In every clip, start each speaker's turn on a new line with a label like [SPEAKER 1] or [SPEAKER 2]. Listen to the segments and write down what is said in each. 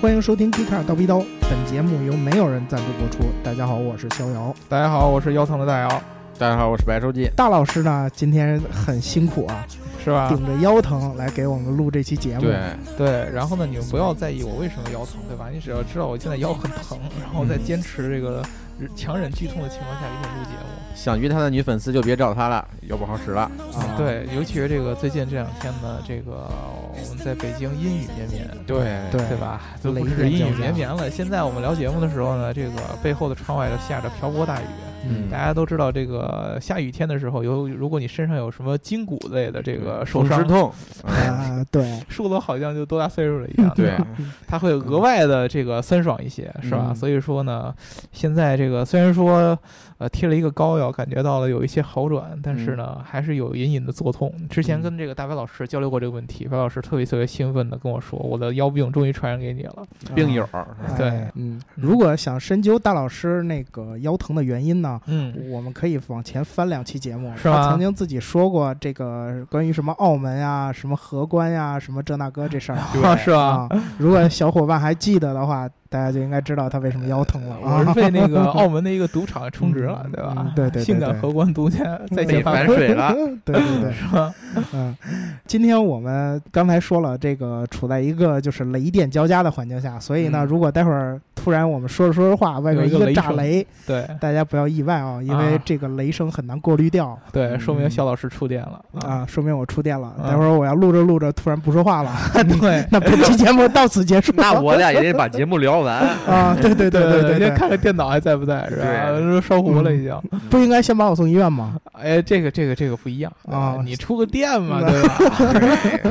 [SPEAKER 1] 欢迎收听《迪卡尔刀逼刀》，本节目由没有人赞助播出。大家好，我是逍遥。
[SPEAKER 2] 大家好，我是腰疼的大姚，
[SPEAKER 3] 大家好，我是白书记，
[SPEAKER 1] 大老师呢，今天很辛苦啊，
[SPEAKER 2] 是吧？
[SPEAKER 1] 顶着腰疼来给我们录这期节目。啊
[SPEAKER 3] 对，
[SPEAKER 2] 对，然后呢，你们不要在意我为什么腰疼，对吧？你只要知道我现在腰很疼，然后在坚持这个强忍剧痛的情况下给你录节目。
[SPEAKER 3] 想约他的女粉丝就别找他了，又不好使了。
[SPEAKER 1] 啊，，
[SPEAKER 2] 对，尤其是这个最近这两天呢，这个我们在北京阴雨绵绵，
[SPEAKER 3] 对
[SPEAKER 1] 对
[SPEAKER 2] 对吧？都不是阴雨绵绵了。现在我们聊节目的时候呢，这个背后的窗外都下着瓢泼大雨。
[SPEAKER 1] 嗯
[SPEAKER 2] 大家都知道，这个下雨天的时候，有如果你身上有什么筋骨类的这个受
[SPEAKER 3] 手
[SPEAKER 2] 伤
[SPEAKER 3] 指，嗯痛，
[SPEAKER 2] 嗯
[SPEAKER 1] 啊，对，
[SPEAKER 2] 树都好像就多大岁数了一样，
[SPEAKER 3] 对，嗯
[SPEAKER 2] 它会额外的这个酸爽一些，是吧？
[SPEAKER 1] 嗯
[SPEAKER 2] 所以说呢，现在这个虽然说呃贴了一个膏药，感觉到了有一些好转，但是呢、
[SPEAKER 1] 嗯
[SPEAKER 2] 还是有隐隐的作痛。之前跟这个大白老师交流过这个问题，白老师特别特别兴奋的跟我说，我的腰病终于传染给你了。
[SPEAKER 3] 病友
[SPEAKER 1] 啊。哎
[SPEAKER 2] 对，
[SPEAKER 1] 嗯，如果想深究大老师那个腰疼的原因呢，
[SPEAKER 2] 嗯，
[SPEAKER 1] 我们可以往前翻两期节目，
[SPEAKER 2] 是吗
[SPEAKER 1] 他曾经自己说过这个关于什么澳门呀、什么荷官呀、什么这那哥这 事儿
[SPEAKER 2] 啊 是吧
[SPEAKER 1] 啊。如果小伙伴还记得的话，大家就应该知道他为什么腰疼了啊。
[SPEAKER 2] 我是被 那个哦澳门的一个赌场充值了，
[SPEAKER 1] 嗯
[SPEAKER 2] 对吧？
[SPEAKER 1] 嗯对对嗯对
[SPEAKER 2] 性感荷官独家在线
[SPEAKER 3] 被
[SPEAKER 2] 发
[SPEAKER 3] 反
[SPEAKER 2] 挥，
[SPEAKER 3] 水了，。
[SPEAKER 1] 对对对，
[SPEAKER 2] 是吧？
[SPEAKER 1] 嗯，今天我们刚才说了，这个处在一个就是雷电交加的环境下，所以呢，
[SPEAKER 2] 嗯
[SPEAKER 1] 如果待会儿突然我们说着说着话，外边
[SPEAKER 2] 有一个
[SPEAKER 1] 一个
[SPEAKER 2] 雷
[SPEAKER 1] 炸
[SPEAKER 2] 声
[SPEAKER 1] 雷，
[SPEAKER 2] 对
[SPEAKER 1] 大家不要意外啊，因为
[SPEAKER 2] 啊
[SPEAKER 1] 这个雷声很难过滤掉
[SPEAKER 2] 对，说明
[SPEAKER 1] 嗯
[SPEAKER 2] 肖老师触电了
[SPEAKER 1] 啊，说明我触电了。
[SPEAKER 2] 啊
[SPEAKER 1] 待会儿我要录着录着突然不说话了，
[SPEAKER 2] 对。
[SPEAKER 1] 那本期节目到此结束
[SPEAKER 3] 那我俩也得把节目聊 完。
[SPEAKER 1] 啊，对对对对
[SPEAKER 2] 先
[SPEAKER 1] 对，
[SPEAKER 2] 看看电脑还在不在，是吧？烧糊了已经。
[SPEAKER 1] 不应该先把我送医院吗？
[SPEAKER 2] 哎，这个这个这个不一样对吧
[SPEAKER 1] 啊
[SPEAKER 2] 你出个店嘛，
[SPEAKER 1] 嗯
[SPEAKER 2] 对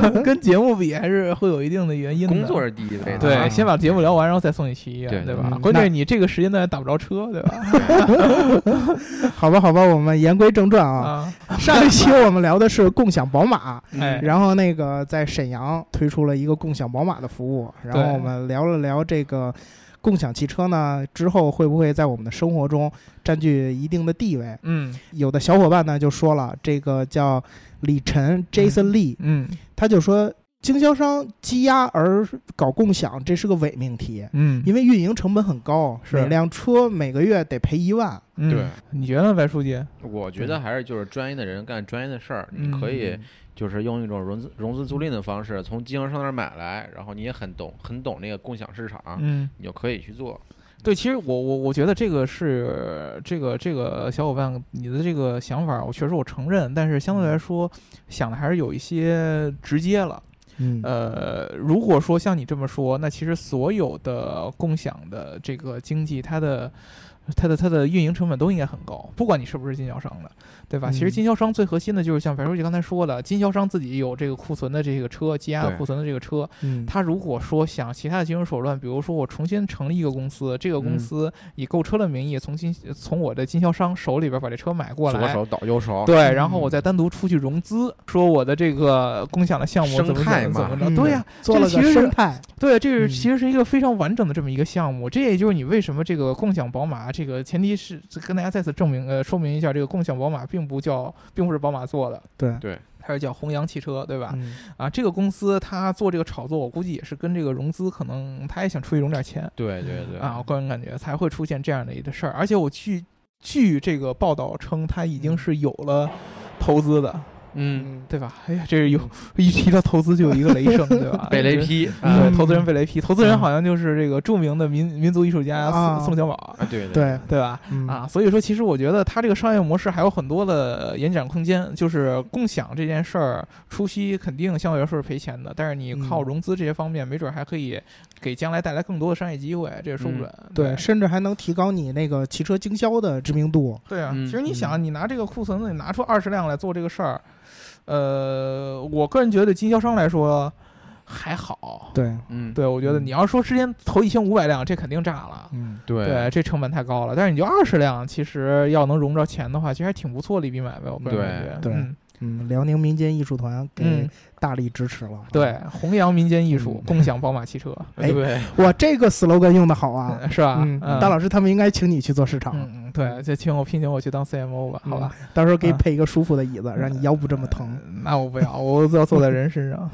[SPEAKER 2] 吧？跟节目比还是会有一定的原因的。
[SPEAKER 3] 工作是第一位的，
[SPEAKER 2] 对，
[SPEAKER 1] 啊
[SPEAKER 2] 先把节目聊完，然后再送你去医院，
[SPEAKER 3] 对
[SPEAKER 2] 对吧？
[SPEAKER 1] 嗯
[SPEAKER 2] 关键是你这个时间段打不着车，对吧？
[SPEAKER 1] 好吧，好吧，我们言归正传啊。
[SPEAKER 2] 啊，
[SPEAKER 1] 上一期我们聊的是共享宝马，
[SPEAKER 3] 嗯
[SPEAKER 2] 哎
[SPEAKER 1] 然后那个在沈阳推出了一个共享宝马的服务，然后我们聊了聊这个共享汽车呢，之后会不会在我们的生活中占据一定的地位？
[SPEAKER 2] 嗯
[SPEAKER 1] 有的小伙伴呢就说了，这个叫李晨 Jason Lee，
[SPEAKER 2] 嗯
[SPEAKER 1] 他就说经销商积压而搞共享，这是个伪命题，
[SPEAKER 2] 嗯
[SPEAKER 1] 因为运营成本很高，
[SPEAKER 2] 是
[SPEAKER 1] 每辆车每个月得赔一万。
[SPEAKER 2] 嗯，，你觉得呢，白书记？
[SPEAKER 3] 我觉得还是就是专业的人干专业的事儿，你
[SPEAKER 2] 嗯
[SPEAKER 3] 可以就是用一种融资融资租赁的方式，从经销商那儿买来，然后你也很懂很懂那个共享市场，
[SPEAKER 2] 嗯，
[SPEAKER 3] 你就可以去做。
[SPEAKER 2] 对，其实我我我觉得这个是这个这个小伙伴你的这个想法，我确实我承认，但是相对来说想的还是有一些直接了。
[SPEAKER 1] 嗯
[SPEAKER 2] 呃，如果说像你这么说，那其实所有的共享的这个经济，它的。它的它的运营成本都应该很高，不管你是不是经销商的，对吧？其实
[SPEAKER 1] 嗯
[SPEAKER 2] 经销商最核心的就是像白书记刚才说的，经销商自己有这个库存的这个车，积压
[SPEAKER 3] 对
[SPEAKER 2] 库存的这个车，
[SPEAKER 1] 嗯，
[SPEAKER 2] 他如果说想其他的经营手段，比如说我重新成立一个公司，这个公
[SPEAKER 3] 嗯
[SPEAKER 2] 司以购车的名义从经从我的经销商手里边把这车买过
[SPEAKER 3] 左
[SPEAKER 2] 来，
[SPEAKER 3] 手倒右手，
[SPEAKER 2] 对，然后我
[SPEAKER 1] 嗯
[SPEAKER 2] 再单独出去融资，说我的这个共享的项目
[SPEAKER 3] 生
[SPEAKER 2] 怎么
[SPEAKER 3] 态
[SPEAKER 2] 怎么
[SPEAKER 3] 嘛
[SPEAKER 2] 怎么
[SPEAKER 1] 嗯
[SPEAKER 2] 着，对呀、
[SPEAKER 1] 做了
[SPEAKER 2] 这其
[SPEAKER 1] 个
[SPEAKER 2] 实是
[SPEAKER 1] 生态，
[SPEAKER 2] 对，这
[SPEAKER 1] 嗯
[SPEAKER 2] 是其实是一个非常完整的这么一个项目，这也就是你为什么这个共享宝马，这个前提是跟大家再次证明呃说明一下，这个共享宝马并不叫并不是宝马做的，
[SPEAKER 1] 对
[SPEAKER 3] 对，
[SPEAKER 2] 它是叫弘扬汽车，对吧？
[SPEAKER 1] 嗯
[SPEAKER 2] 啊，这个公司它做这个炒作，我估计也是跟这个融资，可能它也想出去融点钱
[SPEAKER 3] 对对对
[SPEAKER 2] 啊。我个人感觉才会出现这样的一个事儿，而且我据据这个报道称，它已经是有了投资的，
[SPEAKER 3] 嗯，
[SPEAKER 1] 嗯，
[SPEAKER 2] 对吧？哎呀，这是有一提到投资就有一个 雷嗯声，对吧？
[SPEAKER 3] 被雷
[SPEAKER 2] 这。
[SPEAKER 3] 劈
[SPEAKER 2] 对，
[SPEAKER 3] 啊
[SPEAKER 2] 投资人被雷劈，投资人
[SPEAKER 1] 嗯
[SPEAKER 2] 好像就是这个著名的民民族艺术家
[SPEAKER 1] 啊
[SPEAKER 2] 宋宋小宝，
[SPEAKER 3] 啊！对
[SPEAKER 1] 对，
[SPEAKER 2] 对吧？
[SPEAKER 1] 嗯
[SPEAKER 2] 啊，所以说其实我觉得它这个商业模式还有很多的延展空间，就是共享这件事儿，初期肯定相对来说是赔钱的，但是你靠
[SPEAKER 1] 嗯
[SPEAKER 2] 融资这些方面，没准还可以给将来带来更多的商业机会，这也说不
[SPEAKER 3] 嗯
[SPEAKER 2] 准。
[SPEAKER 1] 对，甚至还能提高你那个汽车经销的知名度。
[SPEAKER 2] 对啊，
[SPEAKER 3] 嗯
[SPEAKER 2] 其实你想，你拿这个库存，你拿出二十辆来做这个事儿，呃，我个人觉得经销商来说还好。
[SPEAKER 1] 对，
[SPEAKER 3] 嗯
[SPEAKER 2] 对，我觉得
[SPEAKER 1] 嗯
[SPEAKER 2] 你要说之前投一千五百辆，这肯定炸了。
[SPEAKER 1] 嗯，
[SPEAKER 3] 对
[SPEAKER 2] 对，这成本太高了。但是你就二十辆，其实要能融着钱的话，其实还挺不错的一笔买卖。我个人感觉，
[SPEAKER 1] 对
[SPEAKER 2] 嗯
[SPEAKER 1] 嗯，辽宁民间艺术团给
[SPEAKER 2] 嗯
[SPEAKER 1] 大力支持了。
[SPEAKER 2] 对，弘扬民间艺术，
[SPEAKER 1] 嗯
[SPEAKER 2] 共享宝马汽车，
[SPEAKER 1] 哎
[SPEAKER 3] 对，
[SPEAKER 1] 哇，这个 slogan 用的好啊！
[SPEAKER 2] 是吧？
[SPEAKER 1] 嗯，大老师啊他们应该请你去做市场，
[SPEAKER 2] 嗯嗯，对，就请我聘请我去当 CMO 吧，好吧？嗯
[SPEAKER 1] 嗯，到时候给你
[SPEAKER 2] 啊
[SPEAKER 1] 配一个舒服的椅子，让你腰不这么疼。
[SPEAKER 2] 那我不要，我要坐在人身 上。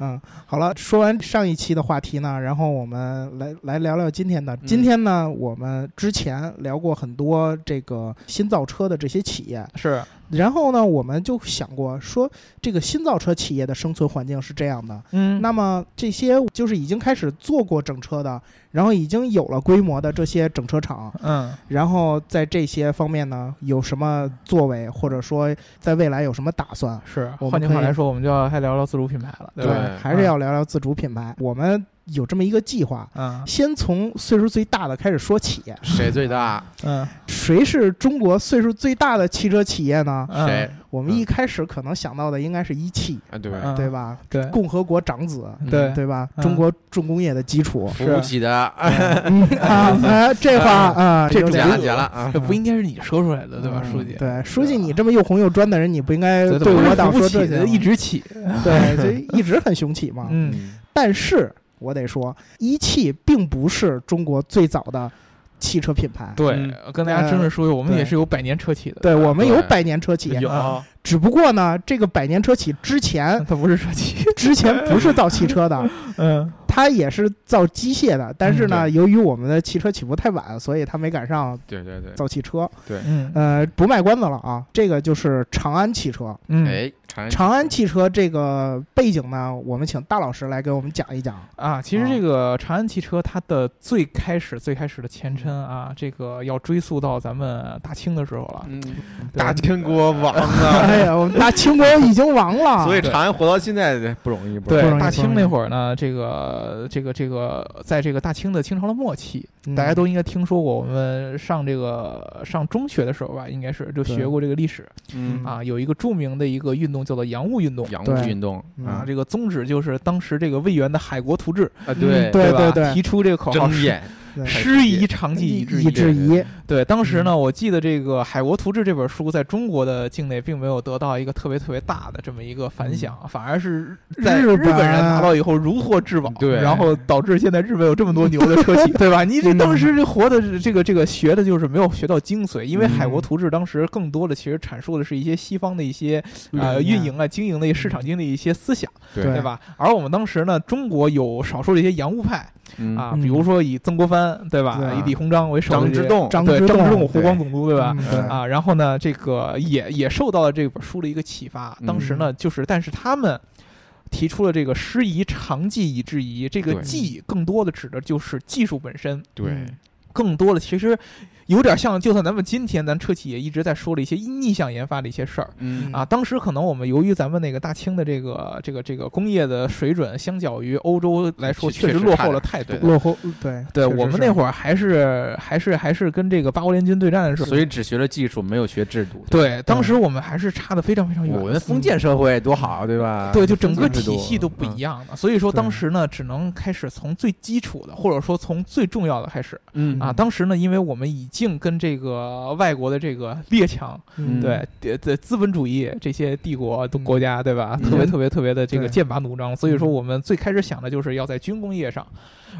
[SPEAKER 1] 嗯，好了，说完上一期的话题呢，然后我们来来聊聊今天的。
[SPEAKER 3] 嗯
[SPEAKER 1] 今天呢，我们之前聊过很多这个新造车的这些企业，
[SPEAKER 2] 是，
[SPEAKER 1] 然后呢，我们就想过说，这个新造车企业的生存环境是这样的。
[SPEAKER 2] 嗯
[SPEAKER 1] 那么这些就是已经开始做过整车的，然后已经有了规模的这些整车厂，
[SPEAKER 2] 嗯
[SPEAKER 1] 然后在这些方面呢有什么作为，或者说在未来有什么打算？
[SPEAKER 2] 是。
[SPEAKER 1] 我们
[SPEAKER 2] 换句话
[SPEAKER 1] 可以
[SPEAKER 2] 来说，我们就要还聊聊自主品牌了，对嗯吧？
[SPEAKER 1] 还是要聊聊自主品牌。我们有这么一个计划，
[SPEAKER 2] 嗯
[SPEAKER 1] 先从岁数最大的开始说起。
[SPEAKER 3] 谁最大？
[SPEAKER 2] 嗯
[SPEAKER 1] 谁是中国岁数最大的汽车企业呢？
[SPEAKER 2] 嗯
[SPEAKER 3] 谁？
[SPEAKER 1] 我们一开始可能想到的应该是一汽，
[SPEAKER 3] 啊，对，
[SPEAKER 2] 嗯
[SPEAKER 1] 对吧？
[SPEAKER 2] 对
[SPEAKER 1] 共和国长子，
[SPEAKER 2] 对
[SPEAKER 1] 对吧？
[SPEAKER 2] 嗯
[SPEAKER 1] 中国重工业的基 础。
[SPEAKER 3] 扶不起的，
[SPEAKER 1] 嗯啊，哎，这话啊，
[SPEAKER 2] 嗯这
[SPEAKER 1] 有
[SPEAKER 2] 种
[SPEAKER 1] 点
[SPEAKER 2] 人
[SPEAKER 3] 捡了捡了啊！
[SPEAKER 2] 这不应该是你说出来的，对吧，
[SPEAKER 1] 嗯
[SPEAKER 2] 书记？
[SPEAKER 1] 对，书记，你这么又红又专的人，你不应该
[SPEAKER 2] 对
[SPEAKER 1] 对
[SPEAKER 2] 我
[SPEAKER 1] 我
[SPEAKER 2] 是
[SPEAKER 1] 党
[SPEAKER 2] 扶
[SPEAKER 1] 说
[SPEAKER 2] 不起
[SPEAKER 1] 这些吗。
[SPEAKER 2] 的，一直起。
[SPEAKER 1] 对，就一直很雄起嘛。
[SPEAKER 2] 嗯，
[SPEAKER 3] 嗯
[SPEAKER 1] 但是我得说，一汽并不是中国最早的汽车品牌。
[SPEAKER 2] 对呃
[SPEAKER 3] 嗯，
[SPEAKER 2] 跟大家争着说，我们
[SPEAKER 1] 对
[SPEAKER 2] 也是有百年车企的。
[SPEAKER 1] 对，我们有
[SPEAKER 3] 对
[SPEAKER 1] 百年车企，
[SPEAKER 2] 有
[SPEAKER 3] 啊
[SPEAKER 1] 只不过呢，这个百年车企之 前
[SPEAKER 2] 它不是车 企。
[SPEAKER 1] 之前不是造汽车的，
[SPEAKER 2] 嗯，
[SPEAKER 1] 它也是造机械的。但是呢，
[SPEAKER 3] 嗯
[SPEAKER 1] 由于我们的汽车起步太晚，所以它没赶上
[SPEAKER 3] 对对对，
[SPEAKER 1] 造汽车。
[SPEAKER 2] 嗯
[SPEAKER 1] 呃，不卖关子了啊，这个就是长安汽车。
[SPEAKER 2] 嗯，
[SPEAKER 3] 哎，长安
[SPEAKER 1] 长安汽车这个背景呢，我们请大老师来给我们讲一 讲。
[SPEAKER 2] 啊，其
[SPEAKER 3] 哦
[SPEAKER 2] 实这个长安汽车它的最开始最开始的前身啊，这个要追溯到咱们大清的时候了。
[SPEAKER 3] 嗯，
[SPEAKER 2] 对
[SPEAKER 3] 大清国王啊，
[SPEAKER 1] 哎呀，我们大清国已经亡 了，
[SPEAKER 3] 所以
[SPEAKER 2] 嗯对
[SPEAKER 3] 长安活到现在不容易，不容
[SPEAKER 2] 对
[SPEAKER 3] 易
[SPEAKER 1] 不容易
[SPEAKER 2] 大
[SPEAKER 1] 不
[SPEAKER 2] 清
[SPEAKER 1] 容易
[SPEAKER 2] 那会儿呢，这个这个这个，在这个大清的清朝的末期，
[SPEAKER 1] 嗯
[SPEAKER 2] 大家都应该听说过。我们上这个上中学的时候吧，应该是就
[SPEAKER 1] 对
[SPEAKER 2] 学过这个历史
[SPEAKER 3] 嗯
[SPEAKER 2] 啊。有一个著名的一个运动叫做洋务运动
[SPEAKER 3] 洋务
[SPEAKER 1] 对
[SPEAKER 3] 运动
[SPEAKER 1] 嗯
[SPEAKER 2] 啊
[SPEAKER 3] 啊，
[SPEAKER 2] 这个宗旨就是当时这个魏源的海国图志，
[SPEAKER 3] 啊，对
[SPEAKER 1] 对
[SPEAKER 2] 吧？
[SPEAKER 1] 对
[SPEAKER 2] 提出这个口号
[SPEAKER 3] 睁
[SPEAKER 2] 是
[SPEAKER 3] 眼
[SPEAKER 1] 对
[SPEAKER 2] 师夷
[SPEAKER 1] 嗯
[SPEAKER 2] 长技以制夷
[SPEAKER 1] 以制夷，
[SPEAKER 2] 对，当时
[SPEAKER 1] 嗯
[SPEAKER 2] 呢，我记得这个《海国图志》这本书在中国的境内并没有得到一个特别特别大的这么一个反响，反而是在
[SPEAKER 1] 嗯日
[SPEAKER 2] 日
[SPEAKER 1] 本啊
[SPEAKER 2] 本人拿到以后如获至宝，
[SPEAKER 3] 对
[SPEAKER 2] 然后导致现在日本有这么多牛的车 企，对吧？你
[SPEAKER 1] 嗯
[SPEAKER 2] 这当时这活的这个这个学的就是没有学到精髓，
[SPEAKER 1] 嗯
[SPEAKER 2] 因为《海国图志》当时更多的其实阐述的是一些西方的一些呃
[SPEAKER 1] 理念
[SPEAKER 2] 运营啊、经营的一些
[SPEAKER 1] 嗯
[SPEAKER 2] 市场经济的一些思想，
[SPEAKER 1] 对
[SPEAKER 2] 对吧？而我们当时呢，中国有少数的一些洋务派
[SPEAKER 3] 嗯
[SPEAKER 2] 啊，
[SPEAKER 1] 嗯
[SPEAKER 2] 比如说以曾国藩对吧，啊
[SPEAKER 1] 对
[SPEAKER 2] 以李鸿章为首的
[SPEAKER 3] 张
[SPEAKER 2] 这
[SPEAKER 3] 之
[SPEAKER 2] 些
[SPEAKER 3] 洞，
[SPEAKER 1] 张
[SPEAKER 2] 对
[SPEAKER 1] 之
[SPEAKER 2] 张之洞
[SPEAKER 1] 洞
[SPEAKER 2] 湖广总督对吧？
[SPEAKER 1] 嗯
[SPEAKER 3] 对
[SPEAKER 2] 啊，然后呢，这个也也受到了这本书的一个启发。当时呢，就是但是他们提出了这个“师夷长技以制夷”，这个“
[SPEAKER 3] 对
[SPEAKER 2] 技”更多的指的就是技术本身，
[SPEAKER 3] 对，
[SPEAKER 2] 更多的其实有点像，就算咱们今天咱车企也一直在说的一些逆向研发的一些事儿。
[SPEAKER 3] 嗯
[SPEAKER 2] 啊，当时可能我们由于咱们那个大清的这个这个这个工业的水准，相较于欧洲来说，
[SPEAKER 3] 确
[SPEAKER 2] 确实
[SPEAKER 3] 确实
[SPEAKER 2] 落后
[SPEAKER 3] 差点
[SPEAKER 2] 了太多
[SPEAKER 3] 对。
[SPEAKER 1] 落后，对
[SPEAKER 2] 对我们那
[SPEAKER 1] 儿
[SPEAKER 2] 会儿还是还是还是跟这个八国联军对战的时候，
[SPEAKER 3] 所以只学了技术，没有学制度。
[SPEAKER 2] 对，当时我们还是差的非常非常远。
[SPEAKER 3] 我们封建社会多好，对吧？
[SPEAKER 2] 对，就整个
[SPEAKER 3] 封建制
[SPEAKER 2] 体
[SPEAKER 3] 度
[SPEAKER 2] 系都不一
[SPEAKER 3] 嗯
[SPEAKER 2] 样的，所以说
[SPEAKER 1] 对
[SPEAKER 2] 当时呢，只能开始从最基础的，或者说从最重要的开始
[SPEAKER 3] 嗯
[SPEAKER 2] 啊。
[SPEAKER 1] 嗯
[SPEAKER 2] 当时呢，因为我们已经跟这个外国的这个列强，
[SPEAKER 3] 嗯
[SPEAKER 2] 对，呃对资本主义这些帝国都国家，对吧？
[SPEAKER 3] 嗯
[SPEAKER 2] 特别特别特别的这个
[SPEAKER 1] 对
[SPEAKER 2] 剑拔弩张，所以说
[SPEAKER 1] 嗯
[SPEAKER 2] 我们最开始想的就是要在军工业上，